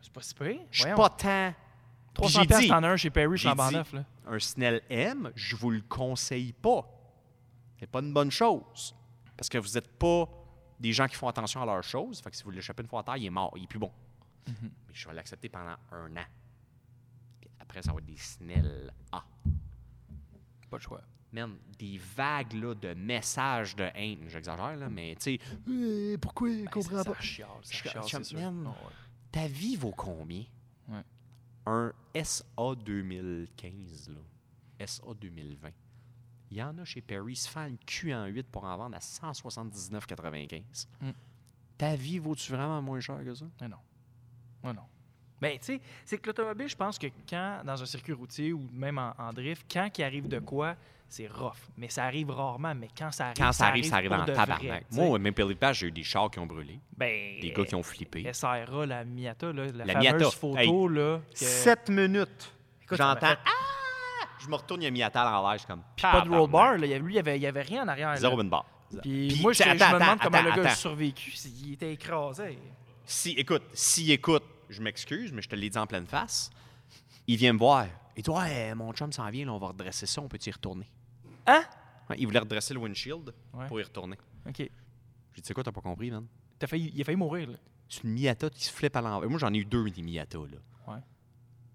C'est pas si pire. Je suis Voyons. pas tant. Puis 300 j'ai piastres, dit- t'en as un chez Perry, je j'ai suis en dit, neuf, là. Un Snell M, je vous le conseille pas. C'est pas une bonne chose. Parce que vous n'êtes pas des gens qui font attention à leurs choses. Fait que si vous l'échappez une fois à terre, il est mort, il est plus bon. Mhm. Mais je vais l'accepter pendant un an. Puis après, ça va être des Snell A. Pas le choix. Man, des vagues là, de messages de haine. J'exagère, là, mais tu sais, Euh, pourquoi il comprend Ben, ça, pas? ça chiale, ça Je- chiale, je- c'est sûr. man. Ah ouais. Ta vie vaut combien? Ouais. Un SA 2015, là. SA 2020. Il y en a chez Perry, ils se font le cul en 8 pour en vendre à 179,95. Mm. Ta vie vaut-tu vraiment moins cher que ça? Mais non. Mais non. Mais tu sais, c'est que l'automobile, je pense que quand, dans un circuit routier ou même en, en drift, quand il arrive de quoi, c'est rough. Mais ça arrive rarement. Mais quand ça arrive, Quand ça arrive, ça arrive pour en de vrai, tabarnak. tu sais. Moi, au Maple Leaf Bash, j'ai eu des chars qui ont brûlé, ben, des gars qui ont flippé. SRA, la Miata, là, la, La fameuse Miata. photo, Hey. là. que- minutes. Écoute, ça m'a J'entends. fait- Ah! Je me retourne, il y a mis à terre en l'air, je suis comme. Pas de roll tabarnak. bar, là. Il y avait- Lui, il y avait, il y avait rien en arrière. là. Zéro une barre. Puis, Puis, moi, je, attends, je me attends, demande comment le attends, gars a attends. survécu. Il était écrasé. Si, écoute, s'il écoute, je m'excuse, mais je te l'ai dit en pleine face. Il vient me voir. Et toi, mon chum s'en vient, là, on va redresser ça, on peut y retourner. Hein? Ouais, il voulait redresser le windshield Ouais. pour y retourner. OK. J'ai dit, tu sais quoi, t'as pas compris, man? T'as failli, il a failli mourir, là. C'est une Miata qui se flippe à l'envers. Moi, j'en ai eu deux, des Miata, là. Ouais.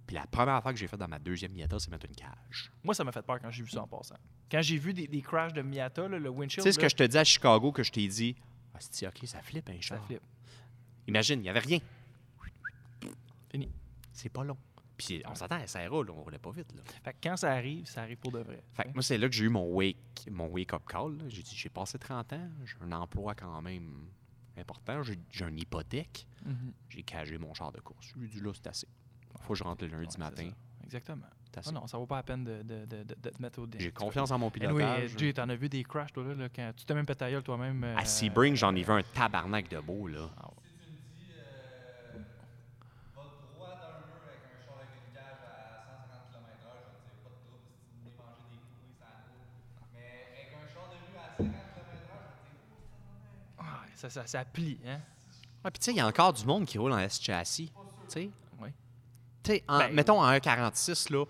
Puis la première affaire que j'ai faite dans ma deuxième Miata, c'est mettre une cage. Moi, ça m'a fait peur quand j'ai vu ça en passant. Quand j'ai vu des, des crashs de Miata, là, le windshield, Tu sais ce là, que je te dis à Chicago, que je t'ai dit? Ah, c'est OK, ça flippe, un ça char. flippe. Imagine, il n'y avait rien. Fini. C'est pas long. Puis on s'attend à SRA, là, on roulait pas vite, là. Fait que quand ça arrive, ça arrive pour de vrai. Fait que moi, c'est là que j'ai eu mon wake, mon wake-up call. là. J'ai dit, j'ai passé 30 ans, j'ai un emploi quand même important, j'ai, j'ai une hypothèque, Mhm. j'ai cagé mon char de course. J'ai dit, là, c'est assez. Faut que je rentre le lundi Ouais, c'est matin. ça. Exactement. C'est Ah assez. non, ça vaut pas la peine de, de, de, de- de te mettre au dé. j'ai confiance en mon en Anyway, pilotage. Jay, t'en as vu des crashs, toi, là, là, quand tu t'es même pété la gueule toi-même. euh, à Sebring, j'en ai vu un tabarnak de beau, là. euh, ah, ça, ça, ça plie, hein? Ah, puis tu sais, il y a encore du monde qui roule en S-châssis. Tu sais, Oui. Tu sais, en- Ben- mettons en 1,46, là,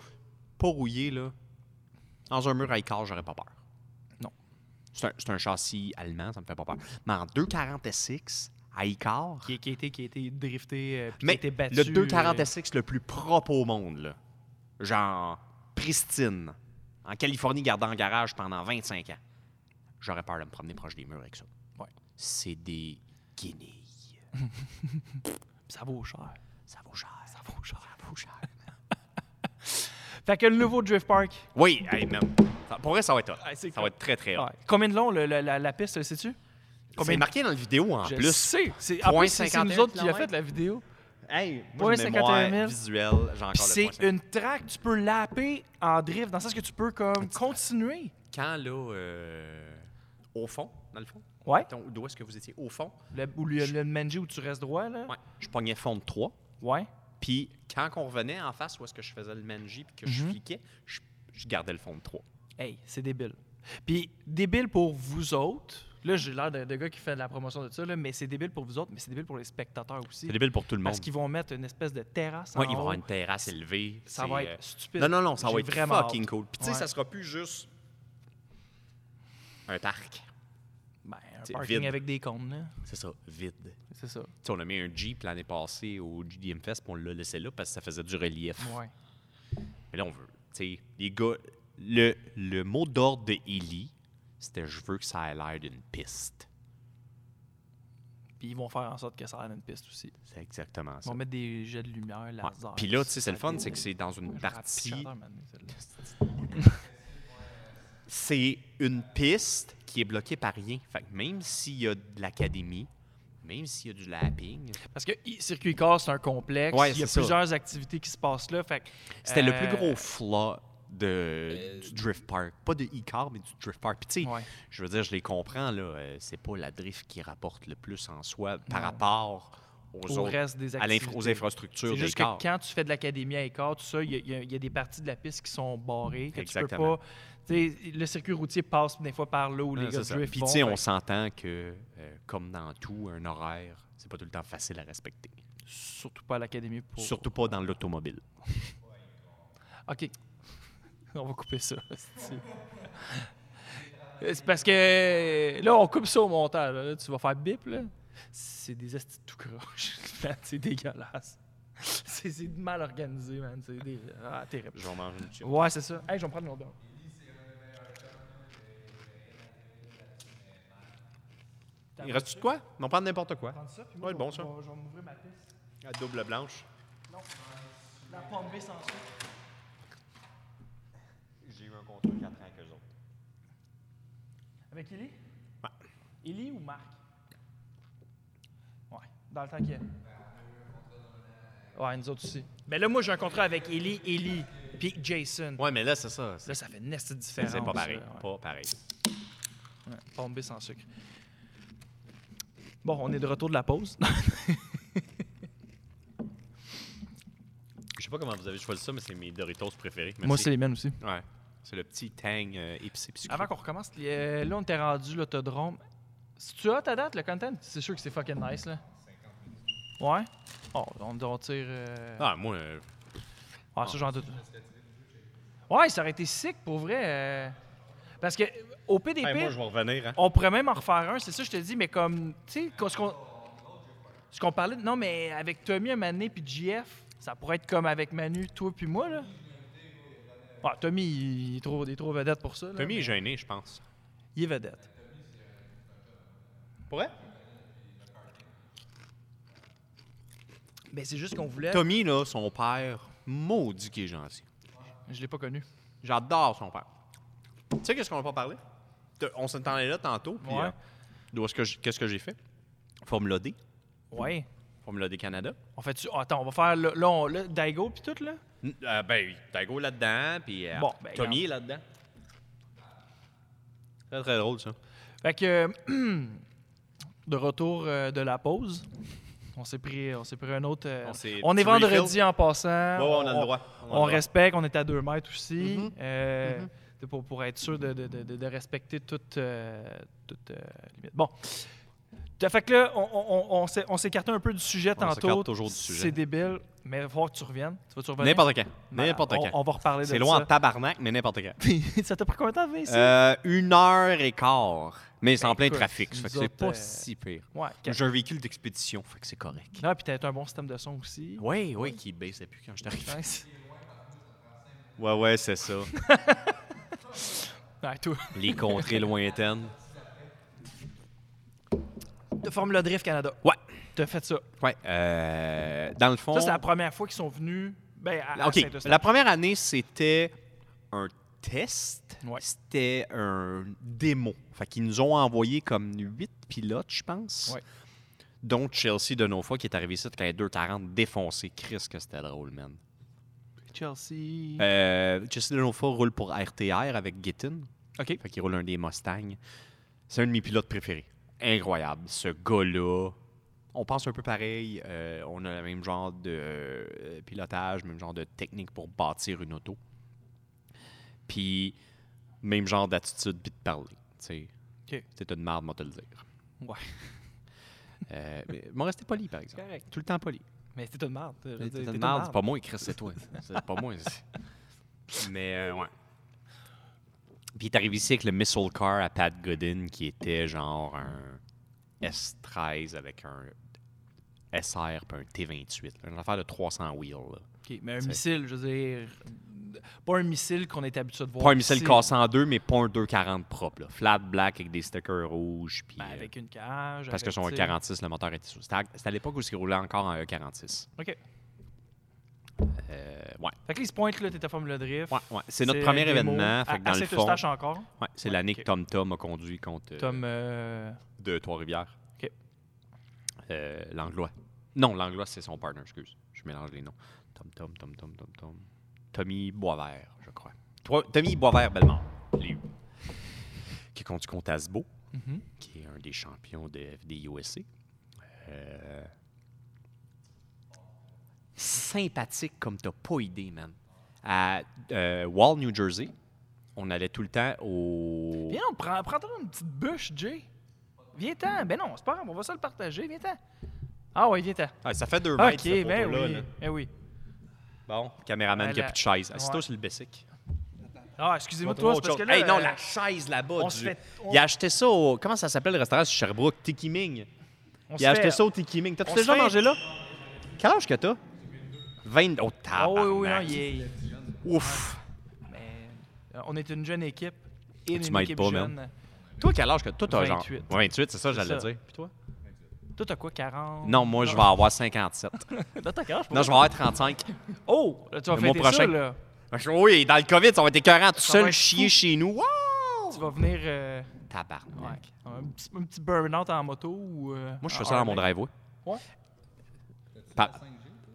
pas rouillé, là, dans un mur à écart, j'aurais pas peur. Non. C'est un, c'est un châssis allemand, ça me fait pas peur. Mais en 2,46, à écart, Qui, qui, a été, qui a été drifté, euh, puis mais qui a été battu. le euh, 2,46 le plus propre au monde, là. genre pristine, en Californie gardé en garage pendant 25 ans, j'aurais peur de me promener proche des murs avec ça. Ouais. C'est des guenilles. euh, ça vaut cher. Ça vaut cher. Ça vaut cher. Ça vaut cher. Fait que le nouveau Drift Park. Oui, hey, man. Ça- Pour vrai, ça va être hot. Ah, c'est ça cool. va être très, très hot. Ouais. Combien de long le- le- la, la piste, sais-tu? C'est marqué dans la vidéo en Je plus. sais. C'est en Point plus, c'est- c'est nous 51 autres qui l'a kilomètres. fait, la vidéo. Hey, Point moi, j'ai une mémoire 51 000. visuelle, j'ai encore Puis le point c'est une track, tu peux lapper en drift, dans le sens que tu peux comme continuer. 51. Quand, là, euh, au fond, dans le fond, Ouais. mettons, d'où est-ce que vous étiez? Au fond, Le, ou le, le Menji où tu restes droit, là. ouais, je pognais fond de 3. Ouais. Puis quand on revenait en face, où est-ce que je faisais le manji puis que Mhm. je fliquais, je, je gardais le fond de 3. Hey, c'est débile. Puis débile pour vous autres. Là, j'ai l'air de, de gars qui fait de la promotion de ça, là, mais c'est débile pour vous autres, mais c'est débile pour les spectateurs aussi. C'est débile pour tout le monde. Parce qu'ils vont mettre une espèce de terrasse Ouais, en ils vont haut. avoir une terrasse élevée. Ah Ça c'est, va euh, être stupide. Non, non, non, ça J'ai va être vraiment fucking hâte. cool. Puis tu sais, Ouais. ça sera plus juste un parc. Ben, un C'est parking vide. avec des cônes, là. C'est ça, vide. C'est ça. Tu sais, on a mis un Jeep l'année passée au GDM Fest, puis on l'a laissé là parce que ça faisait du relief. Ouais. Mais là, on veut. Tu sais, les gars, le, le mot d'ordre de Ellie, c'était je veux que ça ait l'air d'une piste. Puis ils vont faire en sorte que ça aille une piste aussi. C'est exactement Ils ça. vont mettre des jets de lumière, Ouais. laser. Puis là, tu sais, c'est le fun, ça c'est que c'est dans une Je vais partie. rapprocher à terre, man, celle-là. c'est une piste qui est bloquée par rien. Fait que même s'il y a de l'académie, même s'il y a du lapping, Parce que i- circuit car, c'est un complexe. Ouais, il y a c'est ça. plusieurs activités qui se passent là. Fait que, c'était le euh, plus gros flaw de, du Drift Park. Pas de e-car, mais du Drift Park. Puis tu sais, Ouais. je veux dire, je les comprends, là, euh, c'est pas la drift qui rapporte le plus en soi par rapport aux Au autres, reste des à l'inf- activités. aux infrastructures C'est des juste que cars. quand tu fais de l'académie à écart, tout ça, il y, a- il y a- il y a des parties de la piste qui sont barrées, que Exactement. tu peux pas... tu sais, le circuit routier passe des fois par là où les Ah, gars c'est de ça. drift ben Puis vont, tu sais, fait on que- s'entend que, euh, comme dans tout, un horaire, c'est pas tout le temps facile à respecter. Surtout pas à l'académie. Pour... Surtout pas dans l'automobile. OK. On va couper ça. c'est-tu. C'est parce que là, on coupe ça au montage. là. Tu vas faire bip, là. C'est des estis tout croche. Man, C'est dégueulasse. C'est c'est mal organisé, man. C'est des... ah, terrible. Je vais manger une chip. Ouais, c'est ça. Hey, je vais me prendre une autre bière. Il reste-tu de quoi? On prend n'importe quoi. Prendre ça, puis Ouais, bon, ça. je vais- je vais m'ouvrir ma piste. À double blanche. Non, la pomme B sans sucre. J'ai eu un contrat 4 ans avec eux autres. Avec Illy? Ouais. Illy ou Marc? Ouais, dans le temps qu'il y a. Ouais, nous autres aussi. Mais là, moi, j'ai un contrat avec Illy, Illy, puis Jason. Ouais, mais là, c'est ça. Là, C'est ça fait une nest différence. c'est pas pareil. là, ouais. Pas pareil. Ouais, pomme B sans sucre. Bon, on est de retour de la pause. Je sais pas comment vous avez choisi ça, mais c'est mes Doritos préférés. Merci. moi, c'est les mêmes aussi. Ouais. C'est le petit tang euh, épicé puis sucré. Avant qu'on recommence, euh, là, on était rendu l'autodrome. Si tu as ta date, le content, c'est sûr que c'est fucking nice, là. Ouais? Oh, on doit tirer. euh, Ah, moi, euh, Ah, ça, j'en doute. Ouais, ça aurait été sick pour vrai. euh, Parce que, au PDP, hey, moi, je vais revenir. Hein. on pourrait même en refaire un, c'est ça, je te dis, mais comme, tu sais, qu'on- ce qu'on. Ce qu'on parlait. de- Non, mais avec Tommy, Mané puis JF, ça pourrait être comme avec Manu, toi puis moi, là. Ah, Tommy, il est trop, il est trop vedette pour ça. là, Tommy mais est gêné, je pense. il est vedette. Pourquoi? Mais Ben, c'est juste qu'on voulait. Tommy, là, son père, maudit qui est gentil. Je l'ai pas connu. J'adore son père. Tu sais qu'est-ce qu'on n'a pas parlé? Te- On s'en allait là tantôt, puis Ouais. euh, d'où est-ce que j- qu'est-ce que j'ai fait? Formula D, Ouais. Formula D Canada. On fait tu. Attends, on va faire. le- Là, on- là, Daigo puis tout, là. N- euh, ben, Tago là-dedans, puis euh, Bon, ben, regarde. Tommy est là-dedans. Très, très drôle, ça. Fait que euh, de retour euh, de la pause, on s'est pris, on s'est pris un autre. euh, On s'est- on est petit vendredi refill. en passant. Ouais, ouais, on a le droit. On a le On, droit. respecte, on est à deux mètres aussi. euh, de- pour, pour être sûr de, de- de- de- de respecter toute, euh, toute, euh, limite. Bon. De- Fait que là, on, on- on- on s'est- on s'écartait un peu du sujet On tantôt. s'écarte toujours du sujet. C'est débile, mais il va falloir que tu reviennes. Tu vas-tu revenir? N'importe quand. Ben, N'importe on- quand. On va reparler de ça. C'est loin en tabarnak, mais n'importe quand. ça t'a pris combien de temps de venir ici? Euh, une heure et quart. Mais c'est en plein Ben, écoute, trafic, ça nous fait que c'est autres, pas euh, si pire. Ouais, quatre- J'ai un véhicule d'expédition, fait que c'est correct. Non, puis t'as un bon système de son aussi. Oui, oui, qui baissait plus quand je t'arrive. Nice. Ouais, ouais, c'est ça. Ouais, toi. Les contrées lointaines. De Formula Drift Canada. Ouais. T'as fait ça. Ouais. euh, dans le fond. Ça, c'est la première fois qu'ils sont venus. Ben, à, à OK. Saint-Eustache. La première année, c'était un test. Ouais. C'était un démo. Fait qu'ils nous ont envoyé comme huit pilotes, je pense. Ouais. Dont Chelsea de nos fois qui est arrivé ici quand les 240 défoncé. Chris, que c'était drôle, man. Chelsea. Euh, Chelsea de nos fois roule pour RTR avec Gittin. OK. Fait qu'il roule un des Mustangs. C'est un de mes pilotes préférés. Incroyable. Ce gars-là. On pense un peu pareil. euh, on a le même genre de euh, pilotage, même genre de technique pour bâtir une auto. Puis, même genre d'attitude puis de parler. tu sais. OK. C'est une marde, moi, te le dire. Ouais. Euh, mais ils m'ont resté poli, par exemple. Correct. Tout le temps poli. Mais c'était une merde. t'es- t'es Mais t'es une une marde, marde. c'est pas moi, Chris, c'est toi. C'est pas moi. c'est- Mais euh, ouais. Puis il est arrivé ici avec le Missile Car à Pat Godin, qui était genre un S13 avec un SR puis un T28. là. Une affaire de 300 wheels. là. OK, Mais un missile, je veux dire. Pas un missile qu'on est habitué de voir. Pas un missile ici. cassé en deux, mais pas un 240 propre. là. Flat black avec des stickers rouges. Puis, Ben, euh, avec une cage. parce que avec, son tu sais. E46, le E moteur était sous. C'était à, c'était à l'époque où il roulait encore en E46. OK. Euh, Ouais. Fait que là, ils se pointent, là, t'es à Formule Drift. Ouais, ouais. C'est notre premier des événement. mots. Fait que À- dans à le fond, Saint-Eustache encore. ouais, c'est Ouais, l'année ok. que Tom Tom a conduit contre euh, Tom. euh, de Trois-Rivières. Ok. Euh, Langlois. Non, Langlois, c'est son partner, excuse. Je mélange les noms. Tom Tom, Tom Tom, Tom Tom. Tommy Boisvert, je crois. Trois- Tommy Boisvert Bellemare, les U. Qui conduit contre Asbo, mhm. qui est un des champions de FDUSC. Euh, Sympathique comme t'as pas idée, man. À euh, Wall, New Jersey, on allait tout le temps au. Viens, on prend, prends-toi une petite bûche, Jay. Viens-t'en. Ben non, c'est pas grave, on va se le partager. Viens-t'en. Ah ouais, viens-t'en. Ah, ça fait deux Ok, ce ben poteau-là, oui. là. Ben oui. Bon, caméraman Ben, qui a la- plus de chaise. Assis-toi ouais. sur le basic. Ah, excusez-moi, toi, c'est parce que là. hey, non, euh, la chaise là-bas. on du- se fait- on- Il a acheté ça au. Comment ça s'appelle le restaurant sur Sherbrooke? Tiki Ming. on Il se a fait- acheté ça au Tiki Ming. T'as-tu on déjà se fait- mangé là? Quel âge que t'as? 20. Oh, Ah oui, oui, non, tabarnak. il est- Ouf. Mais euh, on est une jeune équipe. Et Tu une m'aides équipe pas, man. jeune. Toi, quel âge que t'as? T'as genre. 28. 28, c'est ça, j'allais ça. dire. Puis toi? Toi, t'as quoi, 40? Non, moi, je vais avoir 57. Toi, t'as quel âge, pour non, je vrai? vais avoir 35. Oh! Là, tu vas Le mois fêter ça, prochain. là. Oui, dans le COVID, ça va être écœurant. Tout Ça seul, va être chier fou. chez nous. Wow! Tu vas venir... euh, Tabarnak. ouais, Un petit, un petit burn-out en moto ou... euh, Moi, je fais en ça dans mon Harley. driveway. Ouais. Pa-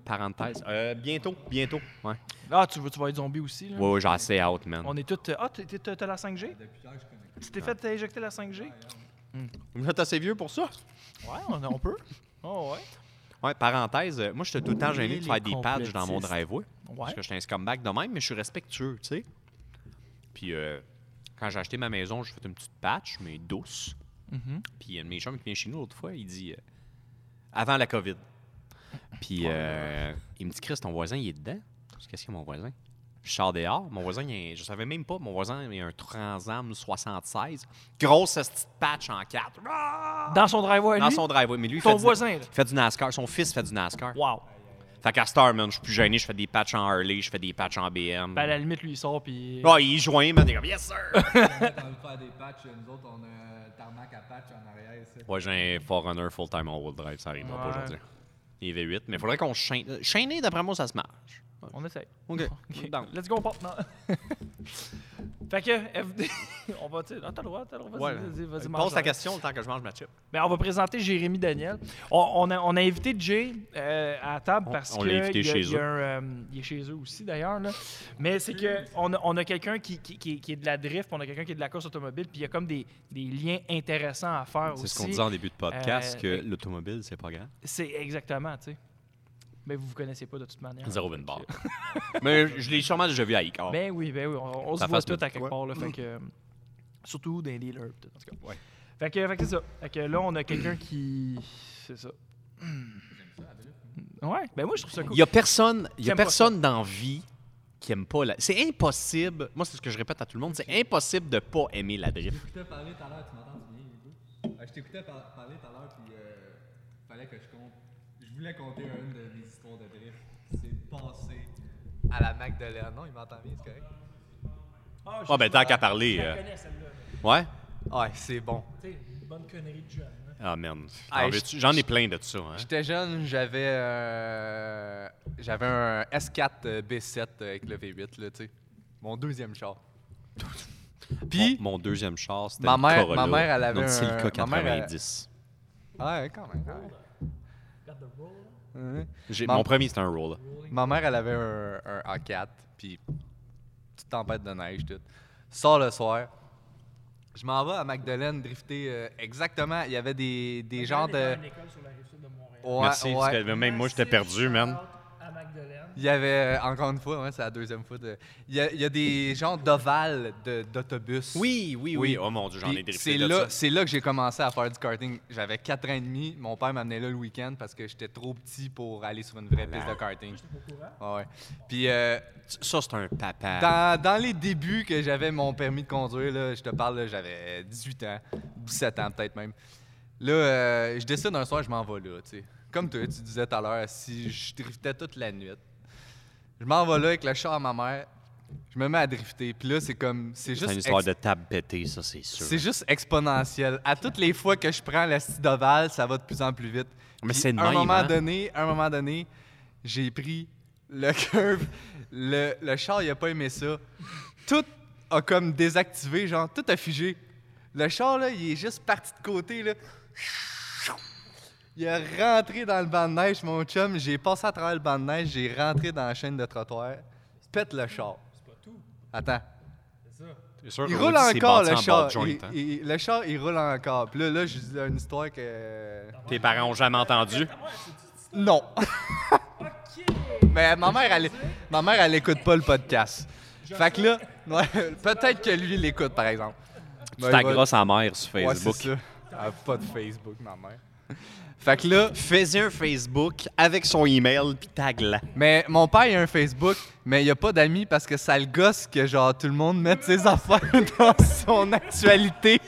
parenthèse. Euh, bientôt, bientôt. Ouais. Ah, tu, veux, tu vas être zombie aussi, là? Ouais, ouais, j'ai assez out, man. On est tous... euh, Ah, t'es- t'es- t'as t'as la 5G? Tu t'es fait injecter la 5G? Vous êtes assez vieux pour ça? Ouais, on, on peut. Oh, ouais. Ouais, parenthèse. euh, Moi, j'étais tout le temps gêné de les faire des patchs dans mon complotistes. driveway. Parce Ouais. que j'étais un scumbag de même, mais je suis respectueux, tu sais. Puis, euh, quand j'ai acheté ma maison, j'ai fait une petite patch, mais douce. Mhm. Puis, un de mes chums qui vient chez nous l'autre fois, il dit euh, avant la COVID. Puis, euh, il me dit Chris, ton voisin, il est dedans. Je dis, Qu'est-ce qu'il y a, mon voisin Je sors dehors. Mon voisin, il a un- je savais même pas. Mon voisin, il a un Transam 76. Grosse petite patch en Ah! 4. Dans son driveway, Dans lui? son driveway. Mais lui, il Ton fait du- voisin, là. il fait du NASCAR. Son fils fait du NASCAR. Wow. Fait qu'à Star, man, je suis plus gêné. Je fais des patchs en Harley, je fais des patchs en BM. Ben, à la limite, lui, il sort, puis... Ah, il est joint, man. Il est comme, yes, sir. T'as envie de faire des patchs, nous autres, on a un tarmac à patch en arrière ici. ouais, j'ai un Forerunner full-time en wheel drive. Ça arrivera pas Ouais. aujourd'hui. Il est V8, mais faudrait qu'on chaîne. Chaîner, d'après moi, ça se marche. On essaye. OK. Ok, Down. Let's go, on part. Non. fait que, FD, on va, tu sais, ah, t'as le droit, t'as le droit, vas-y, vas-y, vas-y, mange Pose ta la- question le temps que je mange ma chip. Ben, on va présenter Jérémy Daniel. On, on a, on a invité Jay euh, à la table On- parce on que l'a invité il y a- chez il y a un, euh, il est chez eux aussi d'ailleurs. là. Mais c'est que on a, on a quelqu'un qui, qui, qui- qui est de la drift, on a quelqu'un qui est de la course automobile, puis il y a comme des, des liens intéressants à faire aussi. C'est ce qu'on disait en début de podcast, euh, que l'automobile, c'est pas grand. C'est exactement, tu sais. Mais vous vous connaissez pas de toute manière. Zéro win bar. mais je l'ai sûrement déjà vu à Icar. Ben oui, ben oui, on, on se Ta voit face tout me à dit quelque quoi? part, là, fait que, euh, surtout dans les dealers, pis tout, en tout cas. Ouais. Fait que, fait que c'est ça. Fait que là, on a quelqu'un qui... C'est ça. Ouais, ben moi, je trouve ça Il cool. y a personne, il y a T'aimes pas personne dans vie qui aime pas la. C'est impossible. Moi, c'est ce que je répète à tout le monde. C'est impossible de pas aimer la drift. Je t'écoutais parler tout à l'heure, tu m'entends du bien, Hugo? Euh, je t'écoutais par- parler tout à l'heure, puis euh, fallait que je compte. Je voulais compter une de mes histoires de drift. C'est passé à la Magdalena. Non, il m'entend bien, c'est correct? Ah, Ah, ben tant qu'à parler. euh, Ouais? Ouais, c'est bon. bonne connerie de jeune. Ah, merde. T'en Ah, veux-tu? je- J'en ai plein de ça. Hein? J'étais jeune, j'avais euh, j'avais un S4 euh, B7 avec le V8, là, tu sais. Mon deuxième char. Puis, Mon, mon deuxième char, c'était Ma une mère- Corolla. ma mère, elle avait Non, c'est un- le cas ma mère, elle- 90. ouais, quand même. ouais. Hein? J'ai- ma- Mon premier, c'était un roll. Ma mère, elle avait un, un A4, puis petite tempête de neige, tout. Sors le soir. Je m'en vais à Magdalene drifter euh, exactement. Il y avait des, des genres de. Ouais, Merci, parce ouais. que même moi, j'étais perdu, man. À Magdalene. Il y avait, euh, encore une fois, ouais, c'est la deuxième fois. de- Il, y a, il y a des genres d'ovales de- d'autobus. Oui, oui, oui. Oui. Oh mon dieu, j'en ai Puis drifté c'est de là, ça. c'est là que j'ai commencé à faire du karting. J'avais 4 ans et demi. Mon père m'amenait là le week-end parce que j'étais trop petit pour aller sur une vraie piste de karting. Ouais. Puis euh, Ça, c'est un papa. Dans, dans les débuts que j'avais mon permis de conduire, là, je te parle, là, j'avais 18 ans, 17 ans peut-être même. Là, euh, je décide un soir, je m'en vais là, tu sais. Comme toi, tu disais tout à l'heure, si je driftais toute la nuit, je m'en vais là avec le char à ma mère, je me mets à drifter. Puis là, c'est comme, c'est C'est juste, une histoire ex- de table pétée, ça, c'est sûr. c'est juste exponentiel. À toutes les fois que je prends la d'ovale, ça va de plus en plus vite. Mais Puis c'est de à un même, moment hein? donné, à un moment donné, j'ai pris le curve, le, le char, il a pas aimé ça. Tout a comme désactivé, genre, tout a figé. Le char, là, il est juste parti de côté, là. Il est rentré dans le banc de neige, mon chum. J'ai passé à travers le banc de neige, j'ai rentré dans la chaîne de trottoir. Pète le char. C'est pas tout. Attends. Il roule encore, le char. Il- hein. il- le char, il roule encore. Puis là, là, je dis une histoire que... Tes parents ont jamais entendu. Non. Mais ma mère, elle, ma mère, elle écoute pas le podcast. Fait que là, ouais, peut-être que lui, il l'écoute, par exemple. Tu t'agrosses à mère sur Facebook. Ben, Ouais, c'est ça. Elle a pas de Facebook, ma mère. Fait que là, Faisais un Facebook avec son email puis tag-la. mais mon père, il a un Facebook, mais il a pas d'amis parce que ça le gosse que, genre, tout le monde mette ses affaires dans son actualité.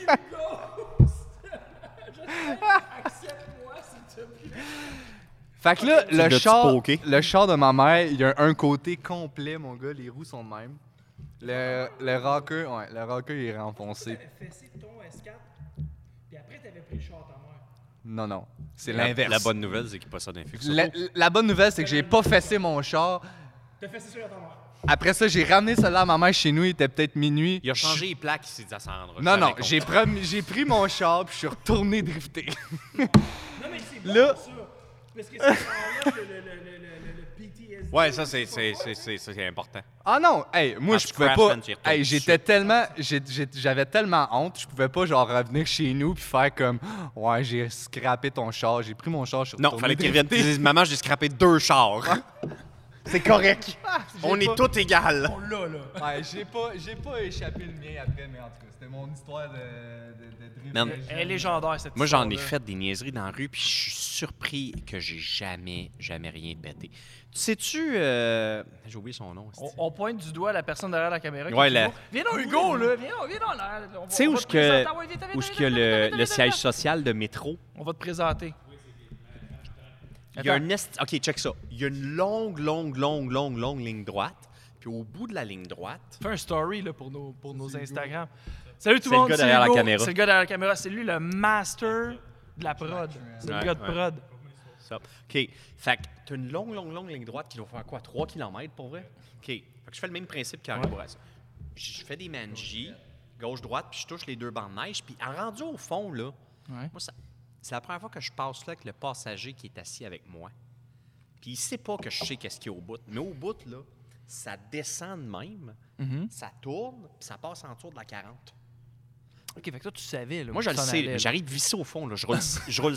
Fait que là, le l'as-tu char, poké? le char de ma mère, il y a un côté complet, mon gars. Les roues sont de même. Le, le rocker, ouais, le rocker, il est renfoncé. T'avais fessé ton S4, puis après, t'avais pris le char à ta mère. Non, non, c'est La, l'inverse. la bonne nouvelle, c'est qu'il possède un fixe. La- la bonne nouvelle, c'est que j'ai pas fessé mon char. T'as fessé celui à ta mère. Après ça, j'ai ramené cela à ma mère chez nous. Il était peut-être minuit. Il a changé les plaques, il s'est dit à Sandra. Non, non, j'ai prom- j'ai pris mon char puis je suis retourné drifter. Non, mais c'est Là- bon pour ça. Parce que ça enlève le, le, le, le, le, le PTSD. Ouais, ça, c'est- c'est c'est- c'est- c'est important. Ah non, hey, moi Quand je tu pouvais crashes, pas. man, tu y retournes Hey, j'étais dessus. tellement, j'ai- j'ai- j'avais tellement honte, je pouvais pas genre revenir chez nous puis faire comme, ouais, j'ai scrappé ton char, j'ai pris mon char, je suis Non, retourné fallait qu'il drifter. revienne. dise, Maman, j'ai scrappé deux chars. C'est correct. On est tous égales. On l'a, là. Ouais, j'ai pas, j'ai pas échappé le mien après, mais en tout cas, c'était mon histoire de, de, de drift. Man. Elle est légendaire, cette Moi, j'en ai histoire-là. fait des niaiseries dans la rue, puis je suis surpris que j'ai jamais, jamais rien pété. Tu sais-tu. euh, J'ai oublié son nom. On, on pointe du doigt la personne derrière la caméra. qui Ouais, dit, la- oh, Viens dans Hugo, là. Viens, dans- viens dans l'air. Tu sais où est-ce que, Ah où est-ce qu'il y a le, le siège social de métro? On va te présenter. Il y a Attends. un est... OK, check ça. Il y a une longue, longue, longue, longue, longue ligne droite. Puis au bout de la ligne droite, Fais un story là, pour nos, pour nos Instagram. Salut tout C'est le le monde. gars derrière la Hugo. caméra. C'est le gars derrière la caméra. C'est lui le master de la prod. C'est le Ouais, gars de ouais. prod. ça. OK. Fait que t'as une longue, longue, longue ligne droite qui doit faire quoi? 3 km pour vrai? OK. Fait que je fais le même principe qu'en ça. Je fais des manjis, gauche-droite, puis je touche les deux bandes de neige. Puis en rendu au fond, là, Ouais. Moi, ça- c'est la première fois que je passe là avec le passager qui est assis avec moi. Puis il sait pas que je sais qu'est-ce qu'il y a au bout. Mais au bout, là, ça descend de même, ça tourne, puis ça passe en tour de la 40. OK, fait que toi, tu savais. Là, Moi, où je le t'en sais. allais, là, là. J'arrive vissé au fond. Là. Je, roule, je roule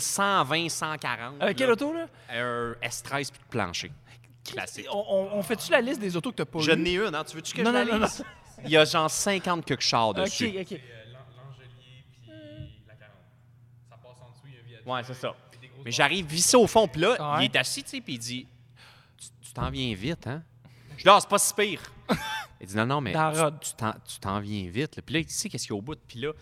120, 140. Avec quel là. auto, là? Un S13 Euh, puis de plancher. Classique. On, on- on fait-tu la liste des autos que t'as pas Je eues? n'ai une, hein? Tu veux-tu que Non, je la non, non, lise? Il y a genre 50 que chars dessus. OK, OK. Ouais, c'est ça. Mais j'arrive vissé au fond, puis là, Ouais. il est assis, tu sais, puis il dit Tu- Tu t'en viens vite, hein Je dis Ah, c'est pas si pire. Il dit Non, non, mais Dans la rode. tu- tu t'en- tu t'en viens vite. là. Puis là, il sait qu'est-ce qu'il y a au bout, puis là,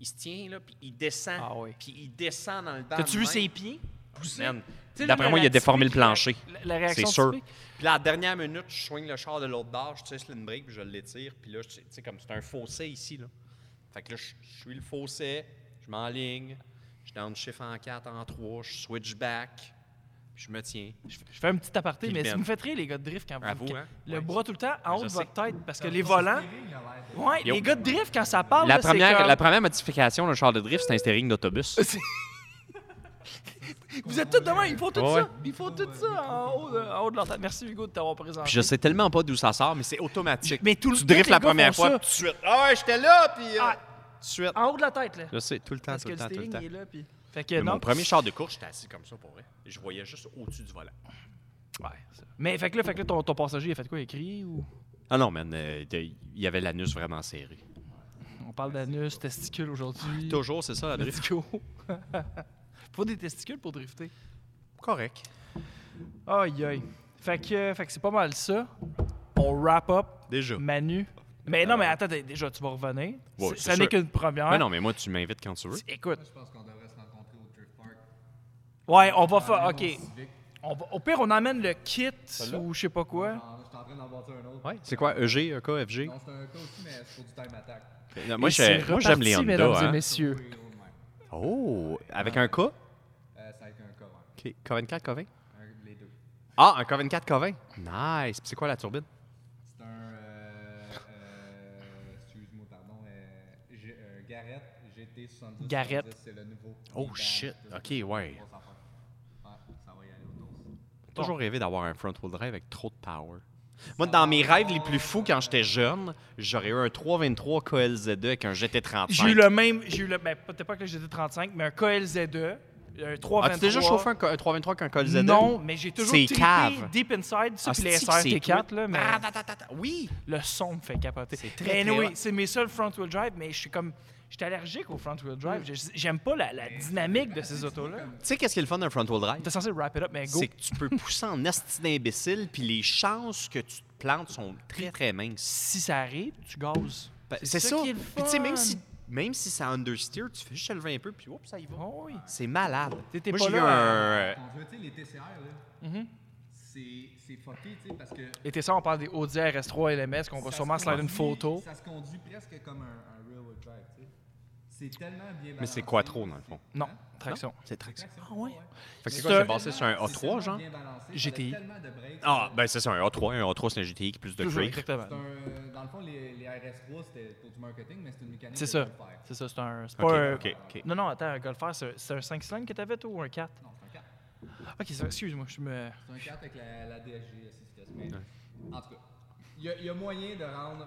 il se tient, là, puis il descend, Ah oui. puis il descend dans le banc. T'as-tu de vu même. ses pieds? pousser? Man, Tu sais, D'après la moi, il a réaction déformé le typique, la- plancher. la- La réaction C'est sûr. typique. Puis là, à la dernière minute, je soigne le char de l'autre bord, je tisse une brique, puis je l'étire. Puis là, je- tu sais, comme c'est un fossé ici, là. Fait que là, je je suis le fossé, je m'enligne, je downshift en 4, en 3, je switch back, puis je me tiens. Je fais- Je fais un petit aparté, Puis mais le ça bend. me fait rire, les gars de drift, quand À vous... vous, quand- hein? Le Ouais. bras tout le temps en haut je de sais. votre tête, parce que les volants... Ouais, Yo. les gars de drift, quand ça parle, La là, c'est première, comme- la première modification, le char de drift, c'est un steering d'autobus. Vous êtes tous demain, il faut tout Ouais, ça. Il faut tout ça en haut, de, en haut de leur tête. Merci Hugo de t'avoir présenté. Puis je sais tellement pas d'où ça sort, mais c'est automatique. Mais tout le- tu tous driftes les la gars première font fois, ça. tout de suite. Ah, ouais, j'étais là, puis. euh, Ah. Tout de suite. En haut de la tête, là. Je sais, tout le temps, Parce tout que le le temps, tout le steering temps. il est là. Puis... Fait que Mais non. Mon premier char de course, j'étais assis comme ça pour vrai. Je voyais juste au-dessus du volant. Ouais, ça. Mais fait que là, fait que là, ton, ton passager, il a fait quoi? Il a crié ou. Ah non, man, euh, de- il y avait l'anus vraiment serré. On parle d'anus, testicules aujourd'hui. Toujours, c'est ça, la drift. Testicules. Faut des testicules pour drifter. Correct. Aïe, aïe. Fait que, fait que c'est pas mal ça. On wrap up. Déjà. Mais, Manu. Mais non, mais attends, t'es- déjà, tu vas revenir. Ouais, Euh, C'est- c'est ça n'est sûr. qu'une première. non, mais moi, tu m'invites quand tu veux. Écoute. Je pense qu'on devrait se rencontrer au drift park. Ouais, on va faire. OK. On va- au pire, on amène le kit ou je sais pas quoi. Ah, Je suis en train d'en bâtir un autre. Ouais. C'est quoi, E EG, EK, FG? C'est un cas aussi, mais c'est pour du time attack. Euh, Non, moi, Et je- c'est moi, j'aime reparti, les Honda. mesdames et hein. messieurs. Oh, avec un K? OK. Euh, ça va être un cas, ouais. K24, K20? Un- les deux. Ah, un Covin 4 Covin. Nice. Puis c'est quoi la turbine? C'est un. euh, euh, Excuse-moi, pardon. euh, G- euh, Garrett GT70. Garrett. C'est le nouveau. Oh, Dans- shit. OK, ouais. On s'en fout. Ouais, ça va y aller autour. Toujours rêvé d'avoir un front-wheel drive avec trop de power. Moi, dans mes rêves les plus fous quand j'étais jeune, j'aurais eu un 323 KLZ2 E avec un GT35. J'ai eu le même. J'ai eu le. Ben, peut-être pas que j'étais 35, mais un KLZ2, un 323. As-tu Ah, déjà chauffé un, co- un 323 avec un KLZ2? Non, mais j'ai toujours C'est trippé cave. deep inside, ça, Ah, puis les c'est-tu que c'est SRT4, toi? là, mais Ah, ta, ta, ta, ta. Oui! le son me fait capoter. C'est très, Mais très anyway, hot. c'est mes seuls front-wheel drive, mais je suis comme... J'étais allergique au front-wheel drive. Mm. Je- J'aime pas la, la dynamique de ces autos-là. Tu sais qu'est-ce qui est le fun d'un front-wheel drive? T'es censé wrap it up, mais go. C'est que tu peux pousser en asti d'imbécile, puis les chances que tu te plantes sont très, très minces. Si ça arrive, tu gazes. Ben, C'est ça. qui est le Puis tu sais, fun. même si, même si ça understeer, tu fais juste lever un peu, puis oups, ça y va. Oh oui. C'est malade. T'étais Moi, pas j'ai eu là, un... euh, On veut, tu sais, les TCR, là. Mm-hmm. c'est- C'est fucké, tu sais, parce que. Et t'es ça, on parle des Audi RS3 LMS, qu'on va ça sûrement se slider une conduit- photo. Ça se conduit presque comme un, un railroad drive, tu sais. C'est tellement bien Mais c'est balancé, quattro, dans le fond. Non, traction. C'est traction. Ah oui? Fait que c'est C'est quoi, un- c'est basé sur un C'est A3, tellement genre? bien balancé, ça a GTI. tellement de breaks. Ah, ben c'est ça, un A3. Un A3, c'est un GTI qui est plus de Toujours, cuir. exactement. C'est un- Dans le fond, les, les RS3, c'était pour du marketing, mais c'est une mécanique. C'est de ça. faire. C'est ça, c'est un... C'est pas Ok, un- ok, ok. Non, non, attends, un golfer, c'est c'est un 5 cylindres que t'avais, toi, ou un 4? Non, c'est un 4. OK, ça- excuse-moi, je me... C'est un 4 avec la, la DSG 6 Mais en tout cas, il y, a- il y a moyen de rendre.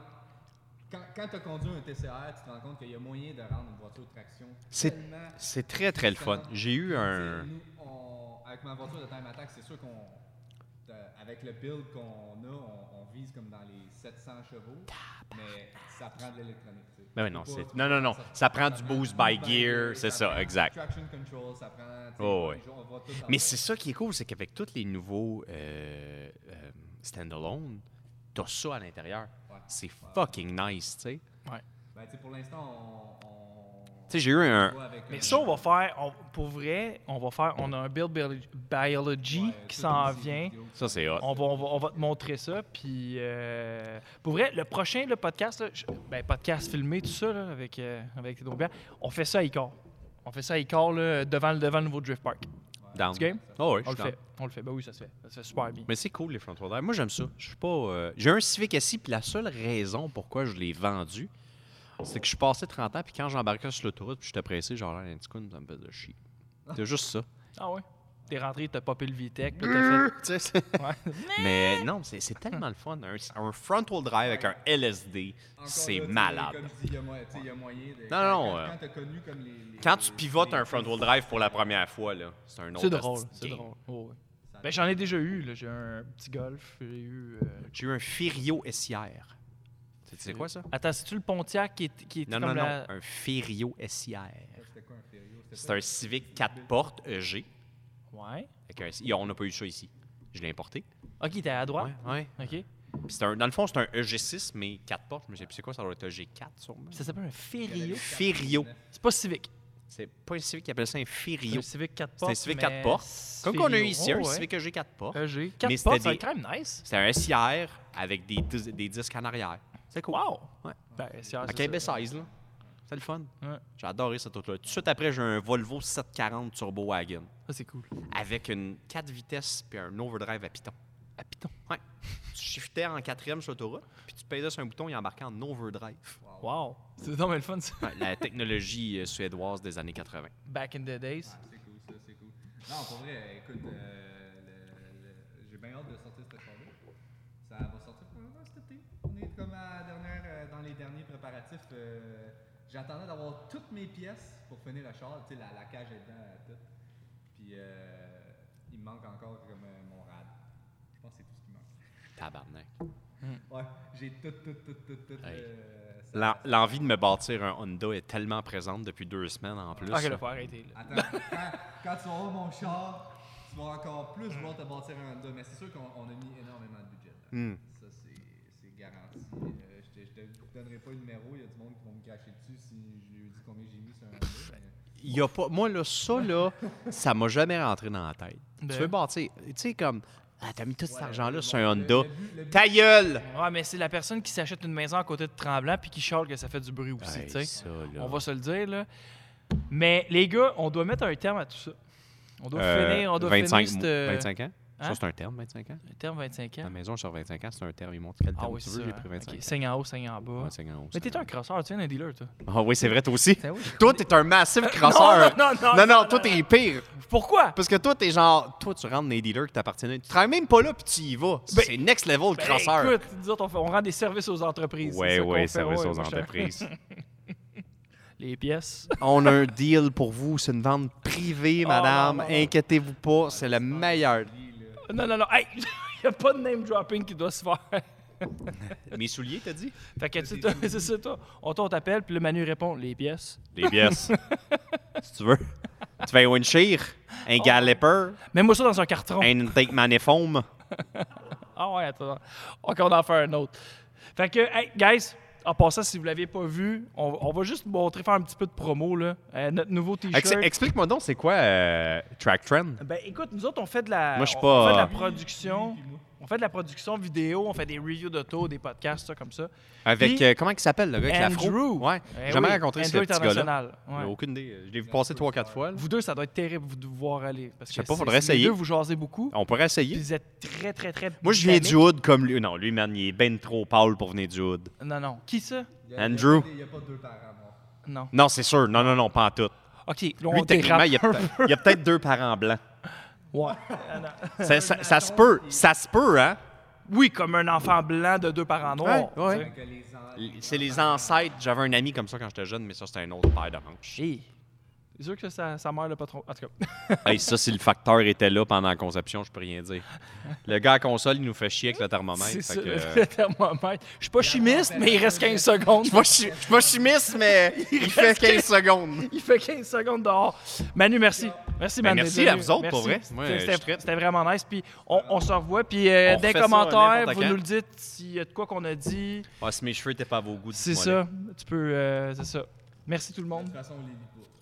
Quand, quand tu as conduit un TCR, tu te rends compte qu'il y a moyen de rendre une voiture de traction. C'est- tellement C'est très, très le fun. J'ai eu un... T'sais, nous, on- avec ma voiture de Time Attack, c'est sûr qu'on. de- Avec le build qu'on a, on, on vise comme dans les 700 chevaux, mais ça prend de l'électronique. tu sais. Ben oui, Tu non, peux pas- c'est- non, non, non, ça prend du prend boost du by gear, c'est ça, prend exact. Traction control, ça prend. tu sais, Oh, on- ouais. on va tout en- Mais c'est ça qui est cool, c'est qu'avec tous les nouveaux euh, euh, standalone, t'as ça à l'intérieur. Ouais. C'est fucking nice, tu sais. Ouais. Ben, tu sais, pour l'instant, on. on- Tu sais, j'ai eu on va un. avec, Mais euh, ça, on va faire, on- pour vrai, on va faire, on a un Build Biolo- Biology ouais, qui tout s'en en vidéo. vient. Ça, c'est hot. On va, on, va, on va te montrer ça. Puis, euh, pour vrai, le prochain le podcast, là, je- ben, podcast filmé, tout ça, là, avec, euh, avec tes droits, on fait ça à Icor. On fait ça à Icor, là, devant, le- devant le nouveau Drift Park. Down. Tu game? Oh, oui, je On suis le down. fait. On le fait. Ben oui, ça se fait. Ça se fait super bien. Mais c'est cool, les front wheel drive. Moi, j'aime ça. Je suis pas. euh, J'ai un Civic SI, puis la seule raison pourquoi je l'ai vendu, c'est que je suis passé 30 ans, puis quand j'embarquais sur l'autoroute, puis j'étais pressé, genre, là, un petit coup, ça me faisait chier. C'est juste ça. Ah ouais? T'es rentré, t'as popé le Vitec, puis là, Tu sais, c'est- t'as fait. Ouais. Mais non, c'est c'est tellement le fun. Un, un front wheel drive avec un LSD, Encore c'est là, tu sais, Comme malade. je dis, il y a mo- tu sais, il y a moyen de. Non, non, Quand, euh, quand t'as connu comme les. les- Quand tu les- pivotes les- un front wheel drive pour la première fois, là, c'est un autre. C'est drôle. asti de C'est game. drôle. Oh, ouais. Ben, j'en ai déjà eu. là. J'ai un petit golf. J'ai eu. euh, J'ai eu un Ferio SIR. Tu sais quoi ça? Attends, c'est-tu le Pontiac qui est, qui est Non, comme non, non, la- un Ferio SIR. C'était quoi un Ferio? C'était C'est un Civic 4 portes EG. Ouais. Avec un- et on n'a pas eu ça ici. Je l'ai importé. Ok, t'es à droite. Ouais, ouais. Ok. Puis c'est un- dans le fond, c'est un EG6, mais 4 portes. Je me sais plus c'est quoi, ça doit être EG4 sûrement. Ça s'appelle un Ferio. Ferio. C'est pas Civic. C'est pas un Civic qui appelle ça un C'est Ferio. un Civic 4 C'est portes. un Civic mais 4 portes. Comme Ferio. qu'on a eu ici, Oh, un ouais. Civic EG 4 portes. Euh, j'ai 4 c'était portes, c'est des- quand même nice. C'était un SIR avec des, dis- des disques en arrière. C'est cool. Wow! Ouais. Ben, c'est À c'est Québec ça. 16, là. C'est le fun. Ouais. J'ai adoré cette auto-là. Tout de suite après, j'ai un Volvo 740 Turbo Wagon Ça, c'est cool. avec une 4 vitesses puis un overdrive à piton. À Python. Ouais. Tu shiftais en quatrième sur l'autoroute, puis tu payais sur un bouton et embarquais en overdrive. Wow! C'est donc bien le fun, ça. Ouais, la technologie euh, suédoise des années 80. Back in the days. Ah, C'est cool, ça, c'est cool. Non, pour vrai, écoute, euh, le- le- j'ai bien hâte de sortir cette soirée. Ça va sortir probablement cet été. On est comme à la dernière, euh, dans les derniers préparatifs. euh, J'attendais d'avoir toutes mes pièces pour finir le char. Tu sais, la, la cage est dedans, euh, tout. Puis, euh, il me manque encore comme euh, mon rad. Je pense que c'est tout ce qui me manque. Tabarnak. Ouais, j'ai tout, tout, tout, tout, tout. Hey. euh, ça- L'en- L'envie de me bâtir un Honda est tellement présente depuis deux semaines en plus. Ah, Ok, là, faut arrêter. là. Attends, quand, quand tu vas voir mon char, tu vas encore plus vouloir te bâtir un Honda. Mais c'est sûr qu'on on a mis énormément de budget. là. Hmm. Ça, c'est- c'est garanti. Euh, je, te, je te donnerai pas le numéro. Il y a du monde qui va me cacher dessus si je lui dis combien j'ai mis sur un Honda. mais- Il y a pas. Moi, là, ça, là, ça m'a jamais rentré dans la tête. Ben. Tu veux bâtir. Tu sais, comme. Ah, t'as mis tout cet Ouais, argent-là le- sur un le- Honda. le but- le but- Ta gueule! Ouais, mais c'est la personne qui s'achète une maison à côté de Tremblant puis qui chiale que ça fait du bruit aussi, Hey, tu sais. ça, là. On va se le dire, là. Mais les gars, on doit mettre un terme à tout ça. On doit Euh, finir, on doit 25, finir cette... mois- euh, 25 ans? Hein? Ça, c'est un terme, 25 ans. Le terme 25 La ans. maison sur 25 ans, c'est un terme. Ils m'ont dit quel terme Hein? Ah oui, c'est tu ça. veux, j'ai pris hein. 25 Ok, Saigne en haut, saigne en bas. ans. 25 ans. Mais t'es un crosseur, tu viens d'un dealer, toi. Ah oui, c'est vrai, toi aussi. Ben oui. Toi, t'es un massif crosseur. non, non, non, non, non, non, toi, t'es pire. Pourquoi? Parce que toi, t'es genre, toi, tu rentres dans les dealers qui t'appartiennent. Tu travailles même pas là, puis tu y vas. Ben- c'est next level Ben, crosseur. écoute, nous autres, on, fait- on rend des services aux entreprises. c'est ouais, ça qu'on ouais, fait, service ouais, aux moi, je- entreprises. Les pièces. On a un deal pour vous. C'est une vente privée, madame. Oh, non, non, non. Inquiétez-vous pas, c'est le meilleur. non, non, non. Hey, il n'y a pas de name dropping qui doit se faire. Mes souliers, t'as dit? Fait que tu- toi, c'est ça, toi. On t'on t'appelle, puis le Manu répond les pièces. Des pièces. si tu veux. Tu fais un windshear, un Oh. galloper, Mets-moi ça dans un carton. un intake manifold. Ah ouais, attends. OK, on en fait un autre. Fait que, hey, guys, en passant, si vous l'aviez pas vu, on, on va juste montrer, faire un petit peu de promo, là. Euh, notre nouveau Ex- T-shirt. Explique-moi donc, c'est quoi euh, Track Trend? Ben écoute, nous autres, on fait de la, Moi, je suis on- pas- on fait de la production. On fait de la production vidéo, on fait des reviews d'auto, des podcasts, ça, comme ça. Avec, Puis- euh, comment il s'appelle, le gars avec l'afro? Andrew. Ouais. Eh Jamais oui, rencontré ce Andrew petit gars-là. International, ouais. J'ai Aucune idée. Je l'ai vu passer 3-4 fois. là. Vous deux, ça doit être terrible vous de vous voir aller. Parce Je que sais pas, c'est- faudrait c'est les essayer. deux, vous jasez beaucoup. On pourrait puis essayer. Vous êtes très, très, très. Moi, je viens dynamique. du Hood comme lui. Non, lui, man, il est ben trop pâle pour venir du Hood. Non, non. Qui ça? Andrew? Il n'y a pas deux parents morts. Non. Non, c'est sûr. Non, non, non, pas en tout. OK, là, on Lui, techniquement, dérape il y a, un peut- peu. il y a peut-être deux parents blancs. Ouais. Ça, ça- ça se peut. Ça se peut, hein? Oui, comme un enfant blanc de deux parents noirs. Ouais, ouais. tu Que les en- C'est les ancêtres. J'avais un ami comme ça quand j'étais jeune, mais ça, c'était un autre paire de manches. sais. Hey. C'est sûr que sa, sa mère l'a pas trop. En tout cas. Hey, ça, si le facteur était là pendant la conception, je peux rien dire. Le gars à console, il nous fait chier avec le thermomètre. C'est fait ça, que- le thermomètre. Je suis pas chimiste, mais il reste 15 secondes. Je suis pas chimiste, mais il fait 15 secondes. Il fait 15 secondes dehors. Manu, merci. Merci, Ben, Manu. merci d'être à venu. vous autres, pour Merci. vrai. Moi, C'était- je c'était- suis très- C'était vraiment nice. Puis on, on se revoit. Puis euh, On des refait ça commentaires, n'importe vous quand. nous le dites s'il y a de quoi qu'on a dit. Ah, si mes cheveux n'étaient pas à vos goûts, C'est dites-moi-le. ça. Tu peux. euh, c'est ça. Merci tout le monde. De toute façon, on les lit pas.